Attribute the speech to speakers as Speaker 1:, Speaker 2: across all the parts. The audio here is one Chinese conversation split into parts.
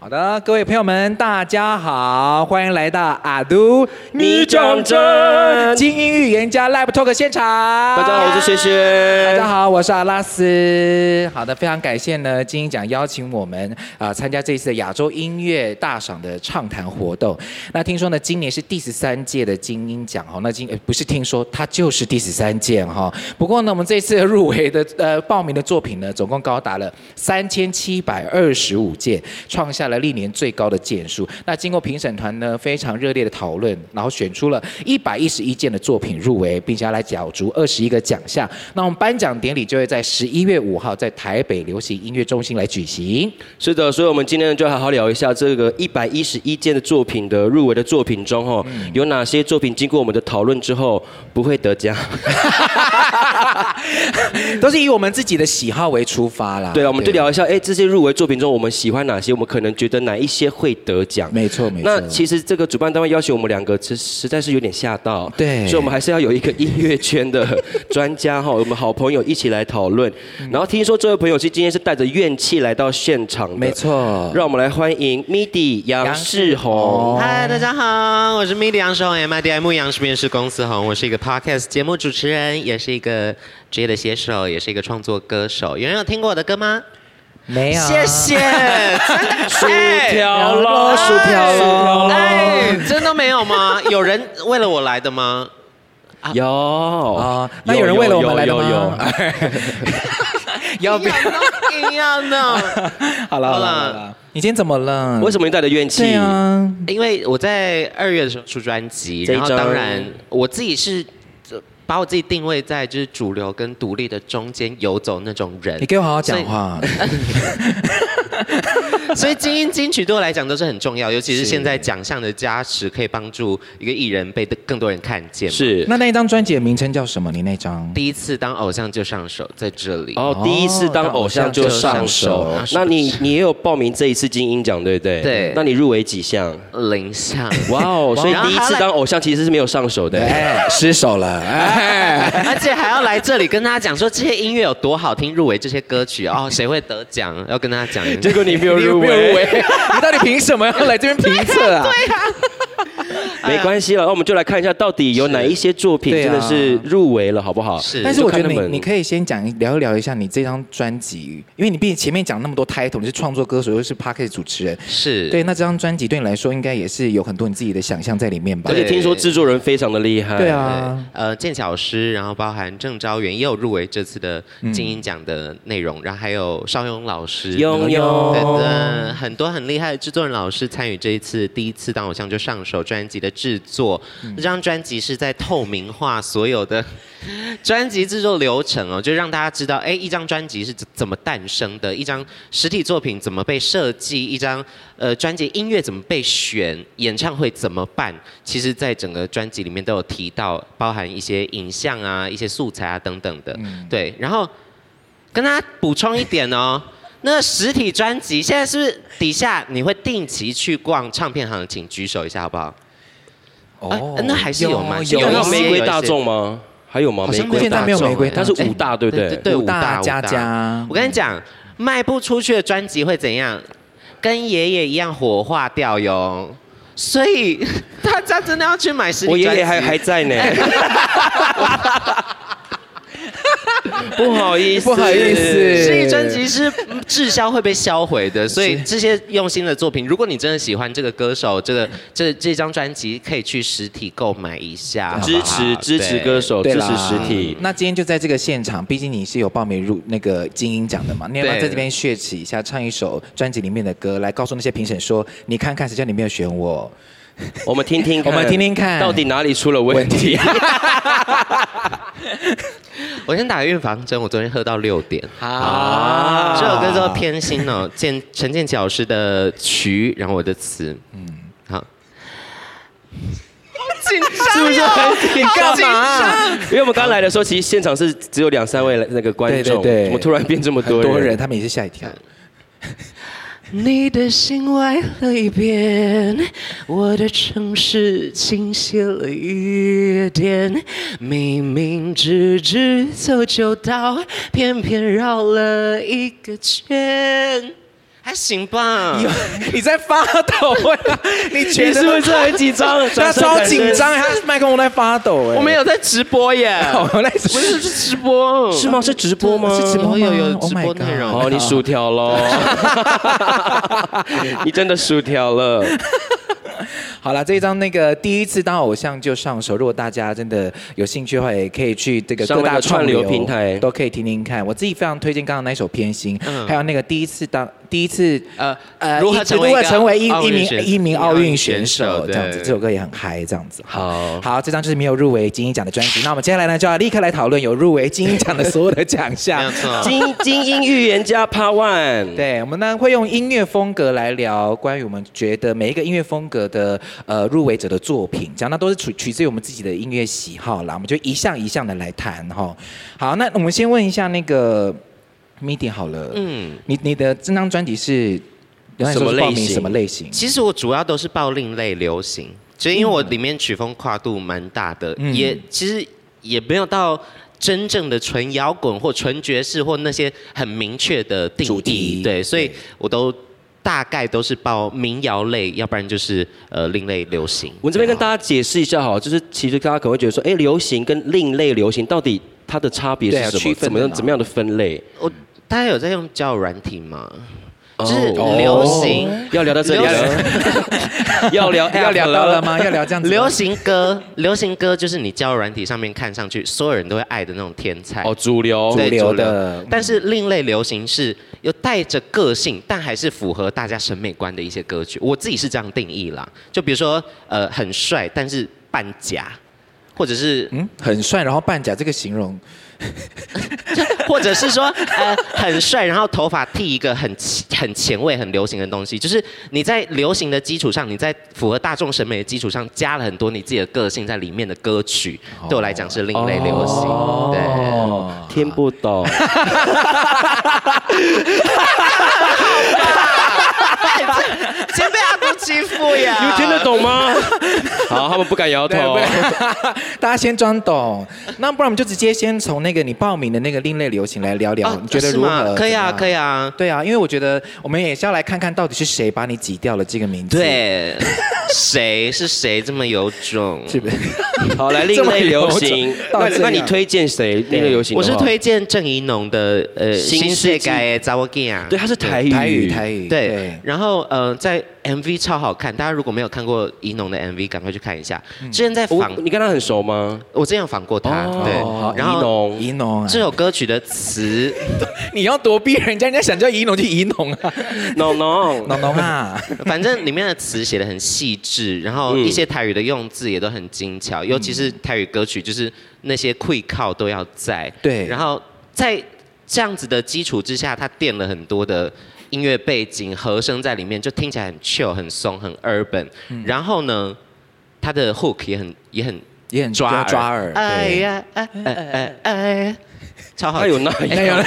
Speaker 1: 好的，各位朋友们，大家好，欢迎来到阿都
Speaker 2: 你讲真
Speaker 1: 精英预言家 Live Talk 现场。
Speaker 2: 大
Speaker 1: 大
Speaker 2: 家好，我是轩轩。
Speaker 1: 大家，好，我是阿拉斯。好的，非常感谢呢，金鹰奖邀请我们啊、呃参加这一次的亚洲音乐大赏的畅谈活动。那听说呢，今年是第十三届的金鹰奖哈，那今、呃不是听说，它就是第十三届哈。不过呢，我们这次入围的呃报名的作品呢，总共高达了三千七百二十五件，创下了历年最高的件数。那经过评审团呢非常热烈的讨论，然后选出了一百一十一件的作品入围，并且要来角逐二十一个奖项。那我们颁奖典礼就会在十一月五号在台北流行音乐中心来举行。
Speaker 2: 是的，所以我们今天就好好聊一下这个一百一十一件的作品的入围的作品中，哦，
Speaker 1: 嗯
Speaker 2: 有哪些作品经过我们的讨论之后不会 得奖？
Speaker 1: 都是以我们自己的喜好为出发啦。
Speaker 2: 对啊，我们就聊一下，哎，这些入围作品中我们喜欢哪些？我们可能觉得哪一些会得奖？
Speaker 1: 没错没错
Speaker 2: 那其实这个主办单位邀请我们两个，实实在是有点吓到。
Speaker 1: 对
Speaker 2: 所以我们还是要有一个音乐圈的专家 哈，我们好朋友一起来讨论。
Speaker 1: 嗯
Speaker 2: 然后听说这位朋友是今天是带着怨气来到现场的，
Speaker 1: 没错
Speaker 2: 让我们来欢迎 MIDI 杨世
Speaker 1: 杨世
Speaker 2: 宏
Speaker 1: 宏。
Speaker 3: 嗨，大家好，我是 MIDI 杨世宏，MIDI 牧羊是面试公司红，我是一个 podcast 节目主持人，也是一个职业的写手，也是一个创作歌手。有人有听过我的歌吗？
Speaker 1: 没有啊。
Speaker 3: 谢谢，真的薯
Speaker 1: 啊
Speaker 2: 条咯
Speaker 1: 哎
Speaker 2: 薯条咯
Speaker 3: 哎，真的没有吗？有人为了我来的吗？
Speaker 2: 有
Speaker 1: 啊
Speaker 2: 啊，
Speaker 1: 那有人为了我们来的吗
Speaker 2: 有有有
Speaker 1: 要不要？
Speaker 3: 一样的，
Speaker 1: 好了好了
Speaker 3: 好了
Speaker 1: 好了，你今天怎么了？
Speaker 2: 为什么你带着怨气？
Speaker 1: 对啊，
Speaker 3: 因为我在二月的时候出专辑，
Speaker 2: 这一
Speaker 3: 然后
Speaker 2: 张
Speaker 3: 当然我自己是。呃把我自己定位在就是主流跟独立的中间游走那种人，
Speaker 1: 你给我好好讲
Speaker 3: 所以
Speaker 1: 话。
Speaker 3: 所以精英金曲对我来讲都是很重要，尤其是现在奖项的加持，可以帮助一个艺人被更多人看见。
Speaker 2: 是
Speaker 1: 那那一张专辑的名称叫什么？你那张？
Speaker 3: 第一次当偶像就上手，在这里。
Speaker 2: 哦
Speaker 1: 哦，
Speaker 2: 第一次当偶像就上
Speaker 1: 当
Speaker 2: 手
Speaker 1: 偶像就上。
Speaker 2: 那你你也有报名这一次金鹰奖，对不对？
Speaker 3: 对
Speaker 2: 那你入围几项？
Speaker 3: 零项，
Speaker 2: 哇哦！所以
Speaker 3: 然后
Speaker 2: 第一次当偶像其实是没有上手的。
Speaker 1: 哎，失手了。哎，
Speaker 3: 而且还要来这里跟大家讲说这些音乐有多好听，入围这些歌曲哦，谁会得奖？ 要跟大家讲一下。
Speaker 2: 结果你没有
Speaker 1: 你有
Speaker 2: 入
Speaker 1: 没有
Speaker 2: 围，
Speaker 1: 围， 你到底凭什么要来这边评测啊？
Speaker 2: 没关系了。那我们就来看一下，到底有哪一些作品
Speaker 1: 对啊
Speaker 2: 真的是入围了，好不好？
Speaker 3: 是
Speaker 1: 但是我觉得
Speaker 2: 就看
Speaker 1: 你
Speaker 2: 他们
Speaker 1: 你可以先讲聊一聊一下你这张专辑，因为你毕竟前面讲那么多 title，你是创作歌手又是 p a r k e t 主持人，
Speaker 3: 是
Speaker 1: 对，那这张专辑对你来说应该也是有很多你自己的想象在里面吧
Speaker 2: 而？且听说制作人非常的厉害。
Speaker 1: 对，啊，
Speaker 3: 呃，剑桥师，然后包含郑昭元也有入围这次的金鹰奖的内容，然后还有邵雍老师，
Speaker 2: 拥
Speaker 3: 等
Speaker 2: 有。
Speaker 3: 等，很多很厉害的制作人老师参与这一次第一次当偶像就上手专辑的制作。这张专辑是在透明化所有的 专辑制作流程哦，就让大家知道，哎，一张专辑是怎怎么诞生的，一张实体作品怎么被设计，一张呃专辑音乐怎么被选，演唱会怎么办。其实，在整个专辑里面都有提到，包含一些影像啊、一些素材啊等等的。对，然后跟大家补充一点哦，那实体专辑现在是不是底下你会定期去逛唱片行？请举手一下好不好？
Speaker 1: 哦
Speaker 3: 啊那还是有蛮
Speaker 2: 有
Speaker 3: 有
Speaker 2: 到
Speaker 3: 一
Speaker 1: 啊
Speaker 3: 些
Speaker 2: 玫瑰大
Speaker 3: 有一些
Speaker 2: 众吗？还有吗？
Speaker 3: 好
Speaker 2: 玫
Speaker 3: 像
Speaker 2: 瑰
Speaker 1: 现在
Speaker 2: 大
Speaker 1: 没有
Speaker 2: 众
Speaker 1: 玫瑰大
Speaker 2: 它是
Speaker 1: 众
Speaker 2: 武大，对不对？
Speaker 3: 对，
Speaker 1: 武
Speaker 3: 武
Speaker 1: 大
Speaker 3: 大
Speaker 1: 家
Speaker 3: 武大
Speaker 1: 家
Speaker 3: 我跟你讲，卖不出去的专辑会怎样？跟爷爷一样火化掉哟。所以大家真的要去买实体
Speaker 2: 我
Speaker 3: 专
Speaker 2: 爷
Speaker 3: 辑。
Speaker 2: 爷还还在 呢。不好意思，
Speaker 1: 不好意思
Speaker 3: 实体专辑是滞销会被销毁的，所以这些用心的作品，如果你真的喜欢这个歌手，这个这这张专辑，可以去实体购买一下，
Speaker 2: 支
Speaker 3: 好 不
Speaker 2: 持
Speaker 3: 好
Speaker 2: 支持歌。手，
Speaker 1: 对
Speaker 2: 支
Speaker 1: 啦
Speaker 2: 持实体。
Speaker 1: 那今天就在这个现场，毕竟你是有报名入那个金鹰奖的嘛，你要不要
Speaker 3: 对
Speaker 1: 在这边血起一下，唱一首专辑里面的歌，来告诉那些评审说，你看看谁叫你没有选我？
Speaker 2: 我们听听看，
Speaker 1: 我们听听看
Speaker 2: 到底哪里出了问题？
Speaker 3: 对我先打预防针，我昨天喝到六点。
Speaker 2: 啊
Speaker 3: 这首歌叫《偏心》哦，建陈建奇老师的曲，然后我的词，嗯，好。紧张，
Speaker 2: 是不是很
Speaker 1: 你干嘛？
Speaker 2: 因为我们刚来的时候，其实现场是只有两三位那个观众，
Speaker 1: 对对对
Speaker 2: 怎么突然变这么
Speaker 1: 很
Speaker 2: 多
Speaker 1: 多人
Speaker 2: 人？
Speaker 1: 他们也是吓一跳。
Speaker 3: 你的心歪了一边，我的城市倾斜了一点。明明直直走就到，偏偏绕了一个圈。还行吧。
Speaker 1: 你在发抖啊，你
Speaker 2: 你
Speaker 1: 觉
Speaker 2: 是不
Speaker 1: 得
Speaker 2: 是很紧 张？
Speaker 1: 他
Speaker 2: 掌声
Speaker 1: 超紧，张，他麦克风在发抖哎，
Speaker 3: 我 们有在直播耶，
Speaker 1: 我在
Speaker 3: 不是是直播，
Speaker 2: 是吗？是直播吗？
Speaker 1: 是直播吗
Speaker 3: 有有
Speaker 1: Oh
Speaker 3: 直
Speaker 1: my
Speaker 3: 播
Speaker 1: God
Speaker 3: 内容
Speaker 2: 哦，你薯条喽！ 你真的薯条 了。
Speaker 1: 好了，这一张那个第一次当偶像就上手，如果大家真的有兴趣的话，也可以去这个
Speaker 2: 上
Speaker 1: 各
Speaker 2: 那
Speaker 1: 大
Speaker 2: 个
Speaker 1: 串
Speaker 2: 串
Speaker 1: 流
Speaker 2: 流平台
Speaker 1: 都可以听听看。我自己非常推荐刚刚那首《偏心》，
Speaker 3: 嗯
Speaker 1: 还有那个第一次当第一次
Speaker 3: 呃
Speaker 1: 呃
Speaker 3: 如何
Speaker 1: 一
Speaker 3: 成为
Speaker 1: 如何
Speaker 3: 一个
Speaker 1: 成为一
Speaker 3: 奥
Speaker 1: 一
Speaker 3: 运
Speaker 1: 名
Speaker 3: 选
Speaker 1: 一名奥运选
Speaker 3: 一
Speaker 1: 手
Speaker 3: 名奥运选手
Speaker 1: 这样子，
Speaker 3: 对
Speaker 1: 这首歌也很嗨这样子。
Speaker 2: 好，
Speaker 1: 好，这张就是没有入围金鹰奖的专辑。那我们接下来呢，就要立刻来讨论有入围金鹰奖的所有的奖
Speaker 3: 没
Speaker 1: 项
Speaker 3: 有。错。
Speaker 2: 精精英预言家 Part One。
Speaker 1: 对，我们呢会用音乐风格来聊关于我们觉得每一个音乐风格的呃入围者的作品，讲那都是取取自于我们自己的音乐喜好啦，我们就一项一项的来谈哈、好，那我们先问一下那个 MIDI 好了，嗯，
Speaker 3: 嗯，
Speaker 1: 你你的这张专辑是原来说
Speaker 2: 什么
Speaker 1: 是
Speaker 2: 类
Speaker 1: 报名
Speaker 2: 型
Speaker 1: 什么类型？
Speaker 3: 其实我主要都是报另类流行，就因为我里面曲风跨度蛮大的，
Speaker 1: 嗯
Speaker 3: 也其实也没有到。真正的纯摇滚或纯爵士或那些很明确的定义，
Speaker 1: 主题
Speaker 3: 对，所以
Speaker 1: 对
Speaker 3: 我都大概都是报民谣类，要不然就是呃另类流行。
Speaker 2: 我这边跟大家解释一下哈，就是其实大家可能会觉得说，哎，流行跟另类流行到底它的差别
Speaker 1: 对啊
Speaker 2: 是什
Speaker 1: 区
Speaker 2: 么？
Speaker 1: 分的
Speaker 2: 怎么样
Speaker 1: 啦
Speaker 2: 怎么样的分类？
Speaker 3: 我大家有在用交友软体吗？就是
Speaker 2: 哦
Speaker 3: 流行
Speaker 2: 哦要聊到这里
Speaker 3: 流
Speaker 2: 了， 要聊 app
Speaker 1: 要聊到了？吗？要聊这 样子吗？
Speaker 3: 流行歌，流行歌就是你交友软体上面看上去所有人都会爱的那种天才。
Speaker 2: 哦，主流
Speaker 1: 对
Speaker 3: 对
Speaker 1: 主流的
Speaker 3: 但是另类流行是有带着个性，但还是符合大家审美观的一些歌曲。我自己是这样定义啦，就比如说呃很帅，但是半假，或者是
Speaker 1: 嗯，很帅，然后半甲这个形容，
Speaker 3: 或者是说呃很帅，然后头发剃一个很奇很前卫、很流行的东西，就是你在流行的基础上，你在符合大众审美的基础上，加了很多你自己的个性在里面的歌曲，对我来讲是另类流行。对。
Speaker 1: 哦，
Speaker 2: 听 不懂。
Speaker 3: 先被阿都欺负呀！
Speaker 2: 你们听得懂吗？好，他们不敢摇
Speaker 1: 对，
Speaker 2: 头
Speaker 1: 不。然大家先装懂。那不然我们就直接先从那个你报名的那个另类流行来聊聊，
Speaker 3: 哦
Speaker 1: 你觉得
Speaker 3: 是
Speaker 1: 如
Speaker 3: 吗
Speaker 1: 何？
Speaker 3: 可以
Speaker 1: 怎么
Speaker 3: 啊，
Speaker 1: 样
Speaker 3: 可以啊。
Speaker 1: 对啊，因为我觉得我们也是要来看看到底是谁把你挤掉了这个名字。，
Speaker 3: 对，谁是谁这么有种？
Speaker 1: 是不是？
Speaker 2: 好，来另类流行
Speaker 1: 这么有种。到
Speaker 2: 那
Speaker 1: 这啊样
Speaker 2: 那你推荐谁另类流行？
Speaker 3: 我是推，荐郑怡农的呃《
Speaker 2: 新
Speaker 3: 新
Speaker 2: 世
Speaker 3: 世
Speaker 2: 纪
Speaker 3: 界找我见啊》。
Speaker 2: 对，他是台语，
Speaker 1: 台语，台语，
Speaker 3: 对，然后呃，在 MV 超好看，大家如果没有看过怡农的 MV，赶快去看一下。之前在
Speaker 2: 嗯我
Speaker 3: 访，
Speaker 2: 你跟他很熟吗？
Speaker 3: 我之前有访过他，
Speaker 2: 哦好
Speaker 3: 对，然
Speaker 2: 怡
Speaker 3: 后
Speaker 2: 农
Speaker 1: 怡农啊，
Speaker 3: 这首歌曲的词，
Speaker 1: 你要躲避人家，人家想叫怡农就怡农啊，
Speaker 2: 农 农，
Speaker 1: 农农啊，
Speaker 3: 反正里面的词写的很细致，然后
Speaker 2: 嗯
Speaker 3: 一些台语的用字也都很精巧，尤其
Speaker 1: 嗯
Speaker 3: 是台语歌曲，就是那些会靠都要在。
Speaker 1: 对
Speaker 3: 然后在这样子的基础之下，它垫了很多的音乐背景和声在里面，就听起来很 chill、很松、很 urban。然
Speaker 1: 嗯
Speaker 3: 后呢，它的 hook 也很也很
Speaker 1: 也很
Speaker 3: 抓耳
Speaker 1: 嗯抓耳，
Speaker 3: 哎
Speaker 1: 对，
Speaker 3: 呀哎哎哎哎，超好
Speaker 2: 他。有那
Speaker 1: 哎
Speaker 2: 样
Speaker 1: 呀，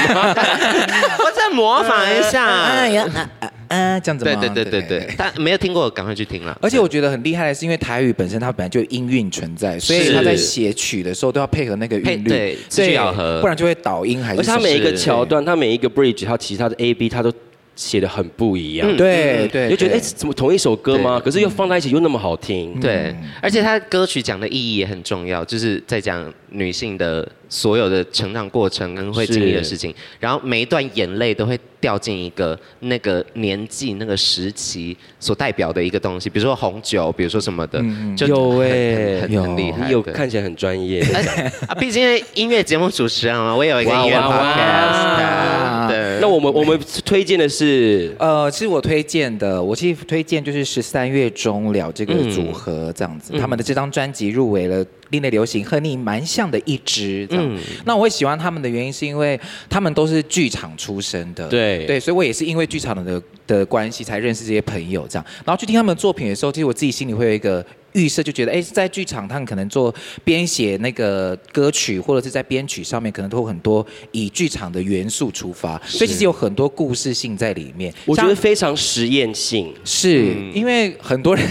Speaker 3: 我再模仿一
Speaker 1: 哎
Speaker 3: 下。
Speaker 1: 呀，啊啊啊，这样子吗？
Speaker 3: 对对对对对，。但没有听过，赶快去听了。
Speaker 1: 而且我觉得很厉害的是，因为台语本身它本来就有音韵存在，所以
Speaker 3: 是
Speaker 1: 它在写曲的时候都要配合那个
Speaker 3: 配
Speaker 1: 韵律，
Speaker 3: 对
Speaker 1: 所
Speaker 3: 资
Speaker 1: 以
Speaker 3: 讯咬合
Speaker 1: 不然就会倒音还
Speaker 2: 而
Speaker 1: 是
Speaker 2: 且
Speaker 1: 什
Speaker 2: 他
Speaker 1: 么。
Speaker 2: 每一个
Speaker 3: 是
Speaker 2: 桥段，他每一个 bridge，他其实他的 A B，他都写的很不一样。
Speaker 3: 嗯
Speaker 1: 对
Speaker 3: 嗯
Speaker 1: 对，
Speaker 2: 你就觉得哎，
Speaker 1: 对
Speaker 2: 怎么同一首歌吗？
Speaker 3: 对
Speaker 2: 可是又放在一起又那么好听。
Speaker 3: 对，而且他歌曲讲的意义也很重要，就是在讲女性的所有的成长过程跟会经历的事情。然后每一段眼泪都会掉进一个那个年纪、那个时期所代表的一个东西，比如说红酒，比如说什么的，
Speaker 1: 嗯嗯
Speaker 3: 就
Speaker 2: 有
Speaker 3: 很
Speaker 2: 哎
Speaker 3: 很
Speaker 1: 有
Speaker 3: 很很厉害。
Speaker 2: 你有
Speaker 3: 对
Speaker 2: 看起来很专业。
Speaker 3: 啊？毕竟音乐节目主持人嘛，我也有一个音乐
Speaker 2: 哇哇哇
Speaker 3: podcast 对。
Speaker 2: 那我们我们推荐的是
Speaker 1: 呃，其实我推荐的，我其实推荐就是十三月中了这个组合这样子，
Speaker 2: 嗯
Speaker 1: 他们的这张专辑入围了另类流行，和你蛮像的一支这样。
Speaker 2: 嗯
Speaker 1: 那我会喜欢他们的原因是因为他们都是剧场出身的，
Speaker 2: 对
Speaker 1: 呃对，所以我也是因为剧场的的关系才认识这些朋友这样。然后去听他们的作品的时候，其实我自己心里会有一个。预设就觉得，哎，在剧场他们可能做编写那个歌曲，或者是在编曲上面，可能都有很多以剧场的元素出发，所以其实有很多故事性在里面。
Speaker 2: 我觉
Speaker 1: 像
Speaker 2: 得嗯非常实验性。
Speaker 1: 是、因为很多人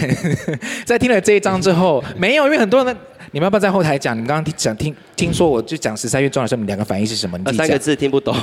Speaker 1: 在听了这一章之后，没有，因为很多人你们要不要在后台讲？你们刚刚听讲听听说，我就讲十三月中的时候，你们两个反应是什么？你
Speaker 2: 啊
Speaker 1: 自己
Speaker 2: 三个
Speaker 1: 讲
Speaker 2: 字听 不懂，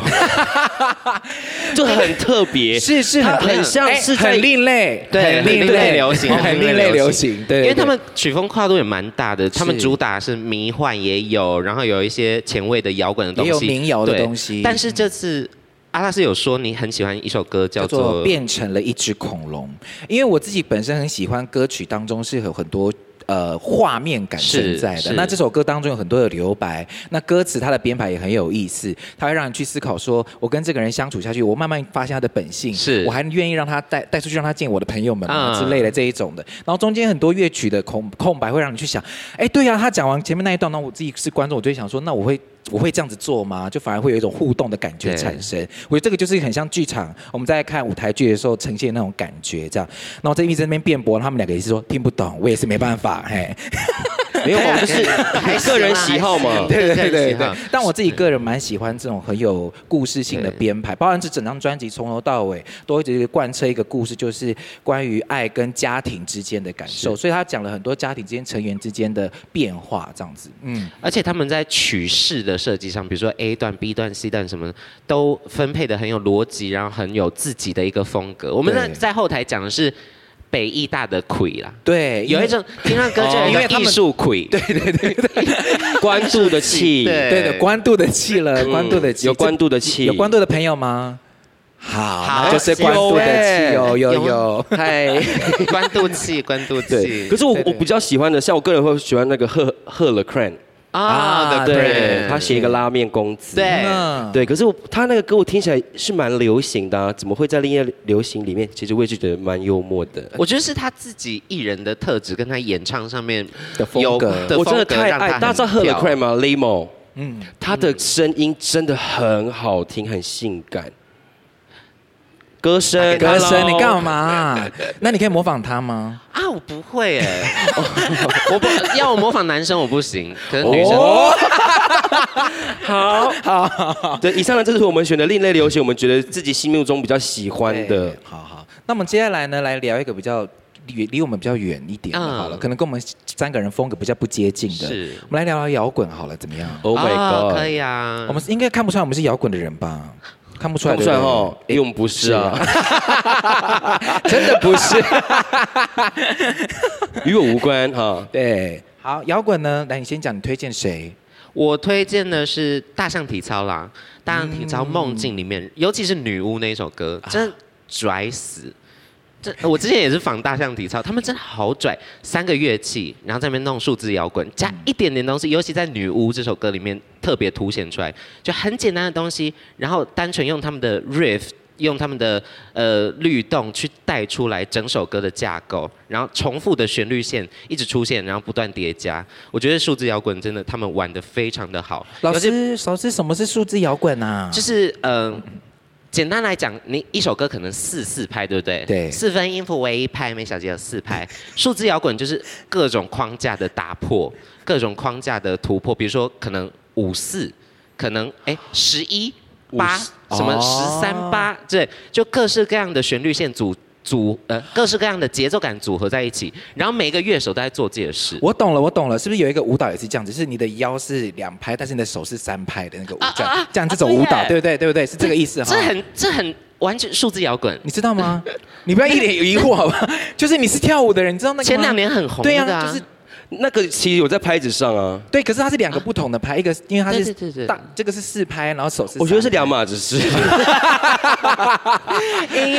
Speaker 2: 就很特别，
Speaker 1: 是是
Speaker 2: 它
Speaker 1: 很
Speaker 2: 很像是在
Speaker 1: 哎很另类，
Speaker 3: 对
Speaker 1: 很另
Speaker 3: 很另类流行
Speaker 1: 很另类流行，对，
Speaker 3: 因为他
Speaker 1: 对
Speaker 3: 们曲风跨度也蛮大的，他们
Speaker 1: 是
Speaker 3: 主打是迷幻也有，然后有一些前卫的摇滚的东西，
Speaker 1: 也有民谣的
Speaker 3: 对
Speaker 1: 东西
Speaker 3: 但是这次阿拉斯有说你很喜欢一首歌叫
Speaker 1: 叫做
Speaker 3: 做
Speaker 1: 变成了一只恐龙，因为我自己本身很喜欢歌曲当中是有很多。呃，画面感存在
Speaker 3: 是
Speaker 1: 的。
Speaker 3: 是
Speaker 1: 那这首歌当中有很多的留白，那歌词它的编排也很有意思，它会让你去思考说，我跟这个人相处下去，我慢慢发现他的本性，
Speaker 3: 是
Speaker 1: 我还愿意让他带带出去，让他见我的朋友们啊
Speaker 3: 啊
Speaker 1: 之类的这一种的。然后中间很多乐曲的空空白会让你去想，哎，对呀、他讲完前面那一段，那我自己是观众，我就会想说，那我会我会这样子做吗？就反而会有一种互动的感觉
Speaker 3: 对
Speaker 1: 产生。我觉得这个就是很像剧场，我们在看舞台剧的时候呈现那种感觉，这样。然后在一直在那边辩驳，他们两个也是说听不懂，我也是没办法，嘿，
Speaker 2: 没有
Speaker 3: 哦
Speaker 2: 嘛，我 就是个人喜好嘛。
Speaker 3: 对
Speaker 1: 对对对。但我自己个人蛮喜欢这种很有故事性的编排，包含这整张专辑从头到尾都一直贯彻一个故事，就是关于爱跟家庭之间的感受。所以他讲了很多家庭之间成员之间的变化，这样子。嗯，
Speaker 3: 而且他们在曲式的设计上，比如说 A 段、B 段、C 段什么，都分配的很有逻辑，然后很有自己的一个风格。我们在
Speaker 1: 对
Speaker 3: 在后台讲的是北艺大的魁啦，
Speaker 1: 对，
Speaker 3: 有一种听到歌就
Speaker 1: 哦
Speaker 3: 有一
Speaker 1: 因为
Speaker 3: 种
Speaker 1: 他
Speaker 3: 艺
Speaker 1: 们
Speaker 3: 术魁，对
Speaker 2: 关注的气，
Speaker 3: 对
Speaker 1: 对的关渡的气了，关渡的气
Speaker 2: 嗯有关渡的气，
Speaker 1: 有关渡的朋友吗？好，
Speaker 3: 好
Speaker 1: 那就是关渡的气
Speaker 2: 有
Speaker 1: 哦，
Speaker 3: 欸
Speaker 1: 有
Speaker 3: 有吗
Speaker 1: 有，嗨，
Speaker 3: 关渡器，关渡
Speaker 2: 对。
Speaker 3: 器
Speaker 2: 可是我
Speaker 1: 对对
Speaker 2: 我比较喜欢的，像我个人会喜欢那个赫赫勒 c r a n
Speaker 1: 啊
Speaker 3: 啊，
Speaker 2: 对
Speaker 3: 对，
Speaker 2: 他写一个拉面公子，
Speaker 3: 对
Speaker 1: 嗯，
Speaker 2: 对，可是我他那个歌我听起来是蛮流行的、啊，怎么会在另一流行里面？其实我也是觉得蛮幽默的。
Speaker 3: 我觉得是他自己艺人的特质，跟他演唱上面
Speaker 1: 的风
Speaker 3: 有
Speaker 1: 格
Speaker 3: 的
Speaker 2: 我真的
Speaker 3: 风格
Speaker 2: 太
Speaker 3: 让
Speaker 2: 爱，
Speaker 3: 他
Speaker 2: 大家知道
Speaker 3: 很
Speaker 2: 赫勒
Speaker 3: 跳
Speaker 2: c r a n 吗？Limo，
Speaker 1: 嗯，
Speaker 2: 他的声音真的很好听，很性感。歌声，
Speaker 1: 啊歌声
Speaker 2: hello
Speaker 1: 你干嘛啊？那你可以模仿他吗？
Speaker 3: 啊，我不会哎， 我不要我模仿男生我不行，可是女生
Speaker 1: 哦，
Speaker 2: 好好，对，以上呢，这是我们选的另类流行，我们觉得自己心目中比较喜欢的
Speaker 1: 对。好好，那我们接下来呢，来聊一个比较离离我们比较远一点的，
Speaker 3: 嗯
Speaker 1: 好了，可能跟我们三个人风格比较不接近的，
Speaker 3: 是
Speaker 1: 我们来聊聊摇滚好了，怎么样？
Speaker 2: Oh my
Speaker 3: 啊可
Speaker 2: god，Oh
Speaker 3: 以啊，
Speaker 1: 我们应该看不出来我们是摇滚的人吧？看不出来，
Speaker 2: 看不出来
Speaker 1: 对对
Speaker 2: 哦，因为我们不是啊，
Speaker 1: 啊 真的不 是。
Speaker 2: 与我无关哈。
Speaker 1: 对，好，摇滚呢？来，你先讲，你推荐谁？
Speaker 3: 我推荐的是大象体操啦，大象体
Speaker 2: 嗯
Speaker 3: 操梦境里面，尤其是女巫那一首歌，真的拽死。这呃我之前也是仿大象体操，他们真的好拽，三个乐器，然后在那边弄数字摇滚，
Speaker 1: 嗯
Speaker 3: 加一点点东西，尤其在《女巫》这首歌里面特别凸显出来，就很简单的东西，然后单纯用他们的 riff，用他们的呃律动去带出来整首歌的架构，然后重复的旋律线一直出现，然后不断叠加。我觉得数字摇滚真的他们玩的非常的好，
Speaker 1: 老
Speaker 3: 尤其
Speaker 1: 师，老师，什么是数字摇滚啊？
Speaker 3: 就是嗯、呃简单来讲，你一首歌可能四四拍，对不对？
Speaker 1: 对
Speaker 3: 四分音符为一拍，每小节有四拍。数字摇滚就是各种框架的打破，各种框架的突破，比如说可能五四，可能哎十一八
Speaker 1: 五十
Speaker 3: 什么
Speaker 1: 哦
Speaker 3: 十三八，对，就各式各样的旋律线组。组呃，各式各样的节奏感组合在一起，然后每个乐手都在做自己的事。
Speaker 1: 我懂了，我懂了，是不是有一个舞蹈也是这样子？是你的腰是两拍，但是你的手是三拍的那个舞转，
Speaker 3: 啊啊
Speaker 1: 这样这种
Speaker 3: 啊对
Speaker 1: 舞
Speaker 3: 耶
Speaker 1: 蹈，对不对？对不对？是这个意思哈
Speaker 3: 这。很这很完全数字摇滚，
Speaker 1: 你知道吗？你不要一脸疑惑好吧？就是你是跳舞的人，你知道那个吗
Speaker 3: 前两年很红的、
Speaker 1: 对呀、
Speaker 3: 啊，
Speaker 1: 啊，就是
Speaker 2: 那个其实有在拍子上啊，
Speaker 1: 对，可是它是两个不同的拍，一个因为它是
Speaker 3: 对对对对
Speaker 1: 大，这个是四拍，然后手是
Speaker 2: 我觉得是
Speaker 1: 三拍
Speaker 2: 两码子事。
Speaker 3: 他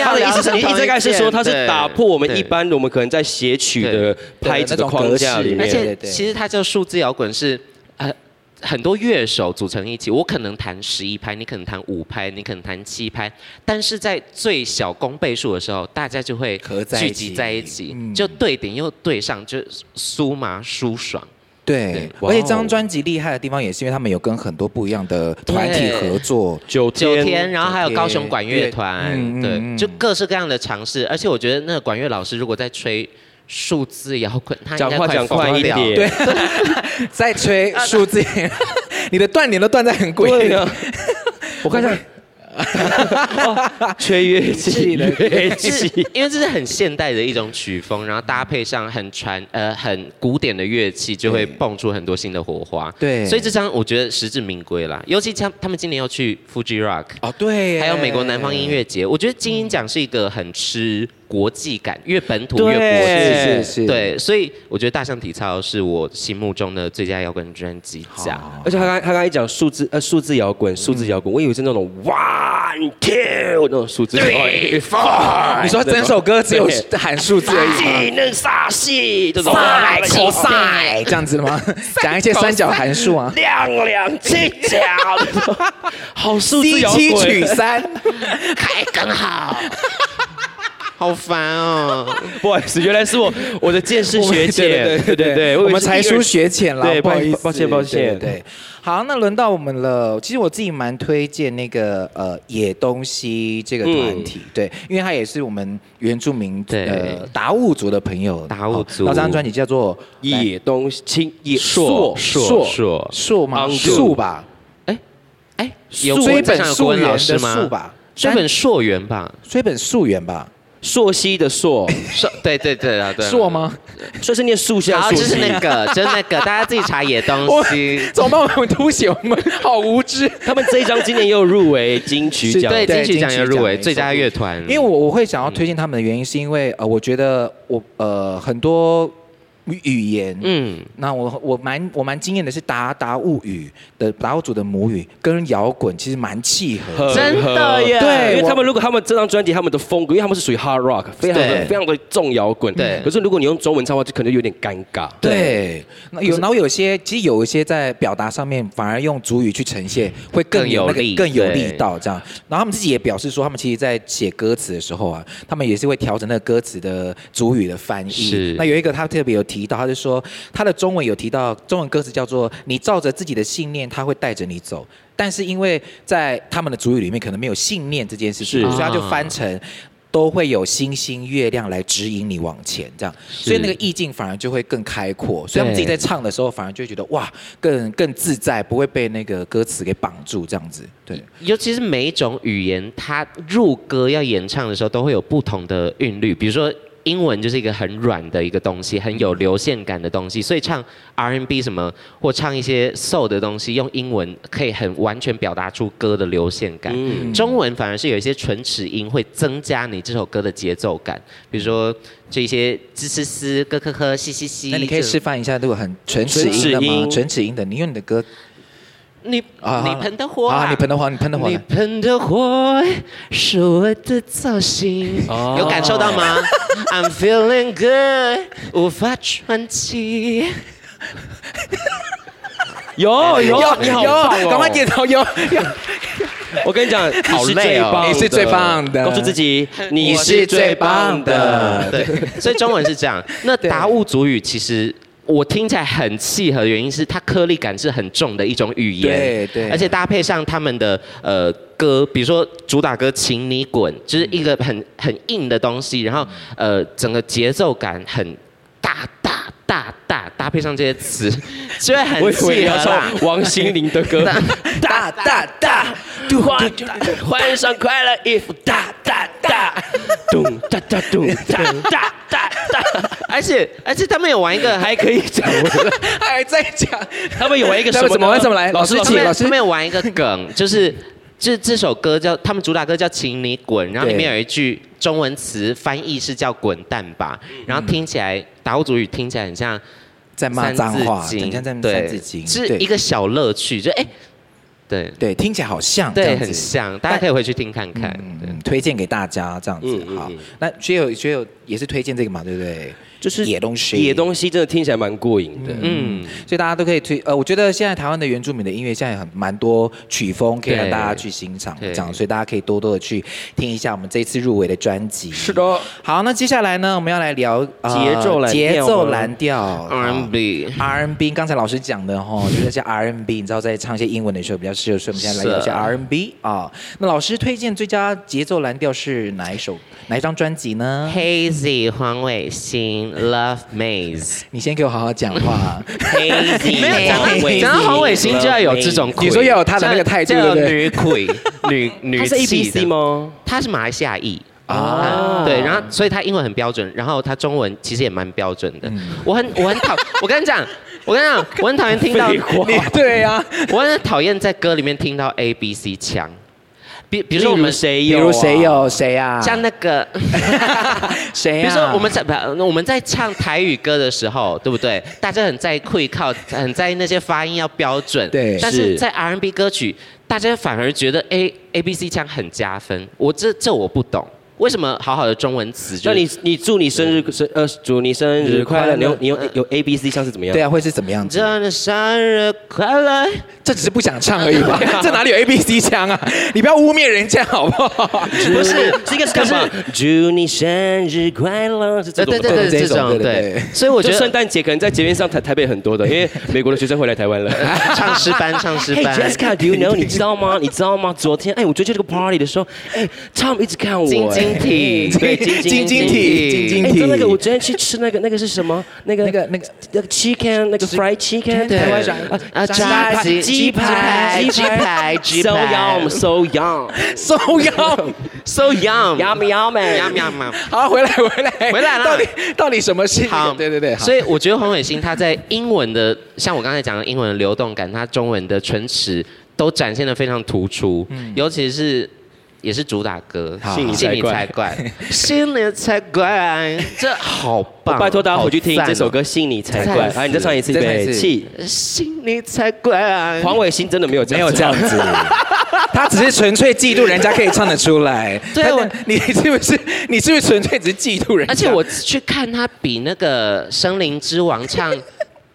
Speaker 2: 他的意思是，你一直在是说他是打破我们一。般的我们可能在写曲的拍子的框架里
Speaker 3: 而
Speaker 1: 对对
Speaker 2: 面。
Speaker 1: 对
Speaker 3: 且其实它叫数字摇滚是呃很多乐手组成一起，我可能弹十一拍，你可能弹五拍，你可能弹七拍，但是在最小公倍数的时候，大家就会
Speaker 1: 合在一
Speaker 3: 聚
Speaker 1: 起
Speaker 3: 集在一起，
Speaker 1: 嗯
Speaker 3: 就对顶又对上，就酥麻舒爽。
Speaker 1: 对
Speaker 3: 对，
Speaker 1: 而且这
Speaker 2: 哇
Speaker 1: 张
Speaker 2: 哦
Speaker 1: 专辑厉害的地方也是因为他们有跟很多不一样的团体
Speaker 3: 对
Speaker 1: 合作，
Speaker 2: 九
Speaker 3: 九天，然后还有高雄管乐
Speaker 1: 嗯
Speaker 3: 团，
Speaker 1: 嗯
Speaker 3: 对，
Speaker 1: 嗯
Speaker 3: 就各式各样的尝试。而且我觉得那个管乐老师如果在吹数字摇滚，他应
Speaker 2: 讲
Speaker 3: 该
Speaker 2: 话讲
Speaker 3: 疯
Speaker 2: 快一
Speaker 3: 掉
Speaker 2: 点，
Speaker 1: 对，在 吹数字，你的断点都断在很诡异
Speaker 2: 对啊
Speaker 1: 的
Speaker 2: 啊。我看一下，缺乐器，
Speaker 1: 乐
Speaker 2: 乐
Speaker 3: 这是
Speaker 2: 器。
Speaker 3: 因为这是很现代的一种曲风，然后搭配上很传呃很古典的乐器，就会蹦出很多新的火花。
Speaker 1: 对
Speaker 3: 所以这张我觉得实至名归啦。尤其像他们今年要去 Fuji Rock，
Speaker 1: 哦，对耶，
Speaker 3: 还有美国南方音乐节，我觉得金鹰奖是一个很吃国际感，越本土
Speaker 2: 对
Speaker 3: 越国
Speaker 1: 是是
Speaker 3: 际。
Speaker 1: 是，
Speaker 3: 对，所以我觉得《大象体操》是我心目中的最佳摇滚专辑奖。
Speaker 2: 而且他刚他刚才一讲数字呃数字摇滚数字摇滚，我以为是那种 one two 那种数字摇滚。
Speaker 1: 你说整首歌只有
Speaker 2: 对
Speaker 1: 喊数字而已
Speaker 2: 技
Speaker 1: 吗？
Speaker 2: 能杀戏这种
Speaker 1: 赛口赛这样子吗？讲一些三角函数啊，
Speaker 2: 亮亮七角，好数字
Speaker 1: 第
Speaker 2: 摇
Speaker 1: 七取
Speaker 2: 滚。
Speaker 1: 三，
Speaker 3: 还更好，好烦哦。
Speaker 2: 不好意思，原来是我我的见识学 姐，
Speaker 1: 对对对对对，
Speaker 2: 以为
Speaker 1: 我们
Speaker 2: 是
Speaker 1: 才
Speaker 2: 一个
Speaker 1: 疏
Speaker 2: 人
Speaker 1: 学浅啦，
Speaker 2: 对
Speaker 1: 不好意思，
Speaker 2: 抱歉抱
Speaker 1: 对，
Speaker 2: 歉
Speaker 1: 对好，那轮到我们了。其实我自己蛮推荐那个呃野东西这个团体，对，因为他也是我们原住民
Speaker 3: 对
Speaker 1: 呃达悟族的朋友，
Speaker 3: 达悟族
Speaker 1: 哦那张专辑叫做
Speaker 2: 野东青野
Speaker 1: 硕
Speaker 3: 硕
Speaker 1: 硕
Speaker 3: 硕
Speaker 1: 硕吗？
Speaker 2: 昂树
Speaker 1: 树吧，
Speaker 3: 哎，有
Speaker 1: 树追
Speaker 3: 本
Speaker 1: 本
Speaker 3: 上有国
Speaker 1: 溯
Speaker 3: 文
Speaker 1: 源
Speaker 3: 老
Speaker 1: 的
Speaker 3: 师吗？
Speaker 1: 树吧，
Speaker 3: 追本溯源吧，
Speaker 1: 追本溯源吧，
Speaker 2: 朔溪的朔，
Speaker 3: 硕对对对啊，对啊。
Speaker 1: 硕吗？
Speaker 2: 所以是念树下
Speaker 3: 好，
Speaker 2: 朔
Speaker 3: 就是
Speaker 2: 溪。
Speaker 3: 那个，就是那个，大家自己查野东西。
Speaker 1: 怎么办？我们凸显我们好无知。
Speaker 2: 他们这一张今年也有入围金曲奖，
Speaker 3: 对，
Speaker 1: 对
Speaker 3: 金曲奖
Speaker 1: 金曲
Speaker 3: 有入
Speaker 1: 奖
Speaker 3: 围
Speaker 1: 没
Speaker 3: 最
Speaker 1: 错
Speaker 3: 佳乐团。
Speaker 1: 因为我我会想要推荐他们的原因，是因为呃，我觉得我呃很多语语言，
Speaker 3: 嗯，
Speaker 1: 那我我蛮我蛮惊艳的是达达悟语的达悟族的母语跟摇滚其实蛮契合的。
Speaker 2: 很
Speaker 3: 真的耶
Speaker 2: 合
Speaker 1: 对
Speaker 2: 因为
Speaker 1: 我
Speaker 2: 他们如果他们这张专辑他们的风格，因为他们是属于 hard rock，非常的
Speaker 3: 对
Speaker 2: 非常的重摇滚。
Speaker 3: 对
Speaker 2: 可是如果你用中文唱的话，就可能有点尴尬。
Speaker 1: 对，那有然后有些其实有一些在表达上面反而用主语去呈现会更
Speaker 3: 更
Speaker 1: 有
Speaker 3: 有
Speaker 1: 那个
Speaker 3: 力
Speaker 1: 更有力
Speaker 3: 对
Speaker 1: 道这样。然后他们自己也表示说，他们其实在写歌词的时候啊，他们也是会调整那个歌词的主语的翻译
Speaker 3: 是。
Speaker 1: 那有一个他特别有提到，他就说他的中文有提到中文歌词叫做“你照着自己的信念，他会带着你走”。但是因为在他们的主语里面可能没有信念这件事情，
Speaker 2: 是
Speaker 1: 所以他就
Speaker 3: 啊
Speaker 1: 翻成都会有星星、月亮来指引你往前，这样，所以那个意境反而就会更开阔。所以他们自己在唱的时候，反而就会觉得哇，更更自在，不会被那个歌词给绑住，这样子。对，
Speaker 3: 尤其是每一种语言，它入歌要演唱的时候，都会有不同的韵律。比如说，英文就是一个很软的一个东西，很有流线感的东西，所以唱 R&B 什么或唱一些 soul 的东西，用英文可以很完全表达出歌的流线感。
Speaker 2: 嗯
Speaker 3: 中文反而是有一些唇齿音会增加你这首歌的节奏感，比如说这些吱吱吱、咯咯咯、嘻嘻嘻。
Speaker 1: 那你可以
Speaker 3: 这种
Speaker 1: 示范一下，如果很唇齿音的
Speaker 2: 唇齿
Speaker 1: 吗？
Speaker 2: 音
Speaker 1: 唇齿音的，你用你的歌
Speaker 3: 你
Speaker 1: 啊
Speaker 3: 你喷的火啊
Speaker 1: 啊，你喷的话，你喷的话
Speaker 3: 你，喷的火是我的造型，
Speaker 2: 哦
Speaker 3: 有感受到吗 ？I'm feeling good，无法喘气。
Speaker 2: 有有你好棒哦
Speaker 1: 赶快点！头，有有，
Speaker 2: 我跟你讲，
Speaker 3: 好
Speaker 2: 你是
Speaker 3: 累
Speaker 2: 最
Speaker 3: 哦
Speaker 2: 棒的，
Speaker 1: 你是最棒的
Speaker 2: 告诉自己你
Speaker 1: 我
Speaker 2: 是最棒的。
Speaker 3: 对，所以中文是这样。那达悟族语其实。我听起来很契合，原因是它颗粒感是很重的一种语言，
Speaker 1: 对对
Speaker 3: 而且搭配上他们的呃歌，比如说主打歌《请你滚》，就是一个很很硬的东西，然后
Speaker 2: 嗯
Speaker 3: 呃整个节奏感很大大大大，搭配上这些词， 就会
Speaker 2: 我
Speaker 3: 很
Speaker 2: 以为你
Speaker 3: 契合
Speaker 2: 要
Speaker 3: 啦
Speaker 2: 唱。 王心凌的歌，
Speaker 1: 大大大，
Speaker 2: 嘟换换上快乐衣服，哒哒哒，咚哒哒咚哒哒哒哒，
Speaker 3: 而且而且他们有玩一个还
Speaker 2: 还可以讲。
Speaker 1: 还在讲，
Speaker 2: 他们有玩一个
Speaker 1: 那
Speaker 2: 什
Speaker 1: 怎
Speaker 2: 么呢？
Speaker 1: 么玩怎么来
Speaker 2: 老师
Speaker 1: 老，师请
Speaker 2: 老师
Speaker 3: 他们
Speaker 1: 老师
Speaker 3: 他们有玩一个 梗，就是这这首歌叫他们主打歌叫《请你滚》，然后
Speaker 1: 对
Speaker 3: 里面有一句中文词翻译是叫“滚蛋吧”，然后听起来达悟族语听起来很像
Speaker 1: 嗯在骂
Speaker 3: 三
Speaker 1: 脏
Speaker 3: 字
Speaker 1: 话，
Speaker 3: 经
Speaker 1: 等一下在骂
Speaker 3: 对
Speaker 1: 三字经，
Speaker 3: 是
Speaker 1: 对
Speaker 3: 一个小乐趣，就哎，对
Speaker 1: 对，听起来好像这
Speaker 3: 对，
Speaker 1: 样子
Speaker 3: 很像，大家可以回去听看看。对
Speaker 1: 嗯，推荐给大家这样子。
Speaker 2: 嗯嗯
Speaker 1: 好
Speaker 2: 嗯，
Speaker 1: 那学友学友也是推荐这个嘛，对不对？
Speaker 2: 就是
Speaker 1: 野东西，
Speaker 2: 野东西真的听起来蛮过瘾的。嗯，
Speaker 3: 嗯，
Speaker 1: 所以大家都可以推。呃，我觉得现在台湾的原住民的音乐现在很蛮多曲风可以让
Speaker 3: 对
Speaker 1: 大家去欣赏的，
Speaker 3: 对
Speaker 1: 这样，所以大家可以多多的去听一下我们这一次入围的专辑。
Speaker 2: 是。的，
Speaker 1: 好，那接下来呢，我们要来聊、呃
Speaker 2: 节奏蓝调
Speaker 1: 节奏
Speaker 2: 吗
Speaker 1: 蓝调
Speaker 3: R&B
Speaker 1: R&B，刚才老师讲的哈，就是那些 R&B，你知道在唱一些英文的时候比较事，所以我们现在来聊一下 R&B 啊。那老师推荐最佳节奏蓝调是哪一首、哪一张专辑呢？
Speaker 3: Hazy 黄伟星 Love Maze
Speaker 1: 你先给我好好讲 话。
Speaker 3: Hazy
Speaker 1: 没有讲到
Speaker 3: 黄伟星，
Speaker 1: 讲到
Speaker 2: 黄伟星就要有这种
Speaker 3: Love Maze
Speaker 1: 你说要有他的那个态度
Speaker 3: 这样
Speaker 1: 对不对
Speaker 3: 女鬼 女
Speaker 2: 他
Speaker 3: 女
Speaker 2: 是 A B
Speaker 3: 气
Speaker 2: C
Speaker 3: 的，
Speaker 2: 吗？
Speaker 3: 她是马来西亚裔。
Speaker 1: 啊
Speaker 3: 啊，对，然后所以她英文很标准，然后她中文其实也蛮标准
Speaker 2: 嗯
Speaker 3: 的。我很我很讨， 我跟你讲，我跟你讲，我很讨厌听到
Speaker 2: 废话
Speaker 1: 你对
Speaker 2: 啊
Speaker 1: 呀、
Speaker 3: 我很讨厌在歌里面听到 A B C 腔，比比
Speaker 2: 比
Speaker 3: 如说我们
Speaker 2: 谁
Speaker 1: 比
Speaker 2: 有、啊
Speaker 1: 如谁？有谁啊呀？
Speaker 3: 像那个，
Speaker 1: 谁 哎呀？
Speaker 3: 比如说我们在不我们在唱台语歌的时候，对不对？大家很在意会靠， 很在意那些发音要标准。
Speaker 1: 对
Speaker 3: 但
Speaker 2: 是
Speaker 3: 是在 R N B 歌曲，大家反而觉得 A A B C 腔很加分。我这这我不懂，为什么好好的中文词就
Speaker 2: 那
Speaker 3: 是
Speaker 2: 你你祝你生日生呃祝你生日快乐，你用你用有 A B C 像是怎么样？
Speaker 1: 对
Speaker 2: 啊，
Speaker 1: 啊，会是怎么样子？
Speaker 3: 真的生日快乐？
Speaker 1: 这只是不想唱而已 吧？ 这哪里有 A B C 腔啊？ 你不要污蔑人家好不 好？
Speaker 2: 不是这个是干嘛？祝你生日快乐是这
Speaker 3: 对
Speaker 2: 种
Speaker 3: 对
Speaker 2: 吗。
Speaker 3: 对对，
Speaker 1: 这
Speaker 3: 这
Speaker 1: 种
Speaker 3: 种
Speaker 1: 对对
Speaker 3: 对
Speaker 1: 对。
Speaker 3: 所以我
Speaker 2: 我觉
Speaker 3: 觉
Speaker 2: 得圣
Speaker 3: 得
Speaker 2: 诞节可能在节面上台台北很多的，因为美国的学生回来台湾了。
Speaker 3: 唱诗班，唱诗
Speaker 2: Hey
Speaker 3: 班。
Speaker 2: Jessica，do you know？你知道吗？你知道吗？昨天哎，我昨天去这个 party 的时候，哎，Tom 一直看我。
Speaker 3: 晶
Speaker 2: 哎
Speaker 3: 晶体，对，
Speaker 1: 晶
Speaker 3: 晶
Speaker 1: 晶
Speaker 3: 晶
Speaker 1: 体
Speaker 3: 晶体，
Speaker 1: 晶晶
Speaker 3: 晶晶。
Speaker 2: 哎，
Speaker 1: 体
Speaker 2: 真的那个，我昨天去吃那个那个是什么？那个
Speaker 1: 那个那个
Speaker 2: 那个 chicken 那个 fried chicken，
Speaker 1: 对
Speaker 2: 台湾
Speaker 1: 炸
Speaker 2: 啊啊
Speaker 1: 炸
Speaker 2: 炸
Speaker 1: 排
Speaker 2: 鸡鸡排
Speaker 3: 鸡排鸡
Speaker 2: so
Speaker 3: 排
Speaker 2: yum so yum
Speaker 1: 受邀。
Speaker 3: So young，
Speaker 2: yum yum
Speaker 3: yum yum。
Speaker 1: 好，回来回来
Speaker 3: 回来啦
Speaker 1: 到底到底什么事情
Speaker 3: 好，？
Speaker 1: 对对对，好
Speaker 3: 所以我觉得黄伟星他在英文的，像我刚才讲的英文的流动感，他中文的唇齿都展现的非常突出，尤其是。也是主打歌
Speaker 1: 好，
Speaker 2: 信你才
Speaker 3: 信你
Speaker 2: 怪
Speaker 3: 才怪，信你才怪，这好棒！
Speaker 2: 拜托大家回去听
Speaker 3: 好赞哦
Speaker 2: 这首，歌《信你才怪》，
Speaker 3: 赞
Speaker 2: 啊，你再唱一次，预
Speaker 1: 再唱一
Speaker 2: 备
Speaker 1: 次
Speaker 2: 起。
Speaker 3: 信你才怪。
Speaker 2: 黄伟星真的没有这
Speaker 1: 没
Speaker 2: 样
Speaker 1: 有
Speaker 2: 子
Speaker 1: 这样子。他只是纯粹嫉妒人家可以唱得出来，
Speaker 3: 对
Speaker 1: 他
Speaker 3: 我
Speaker 1: 你是不是你是不是纯粹只是嫉妒人家？
Speaker 3: 而且我去看他比那个《森林之王》唱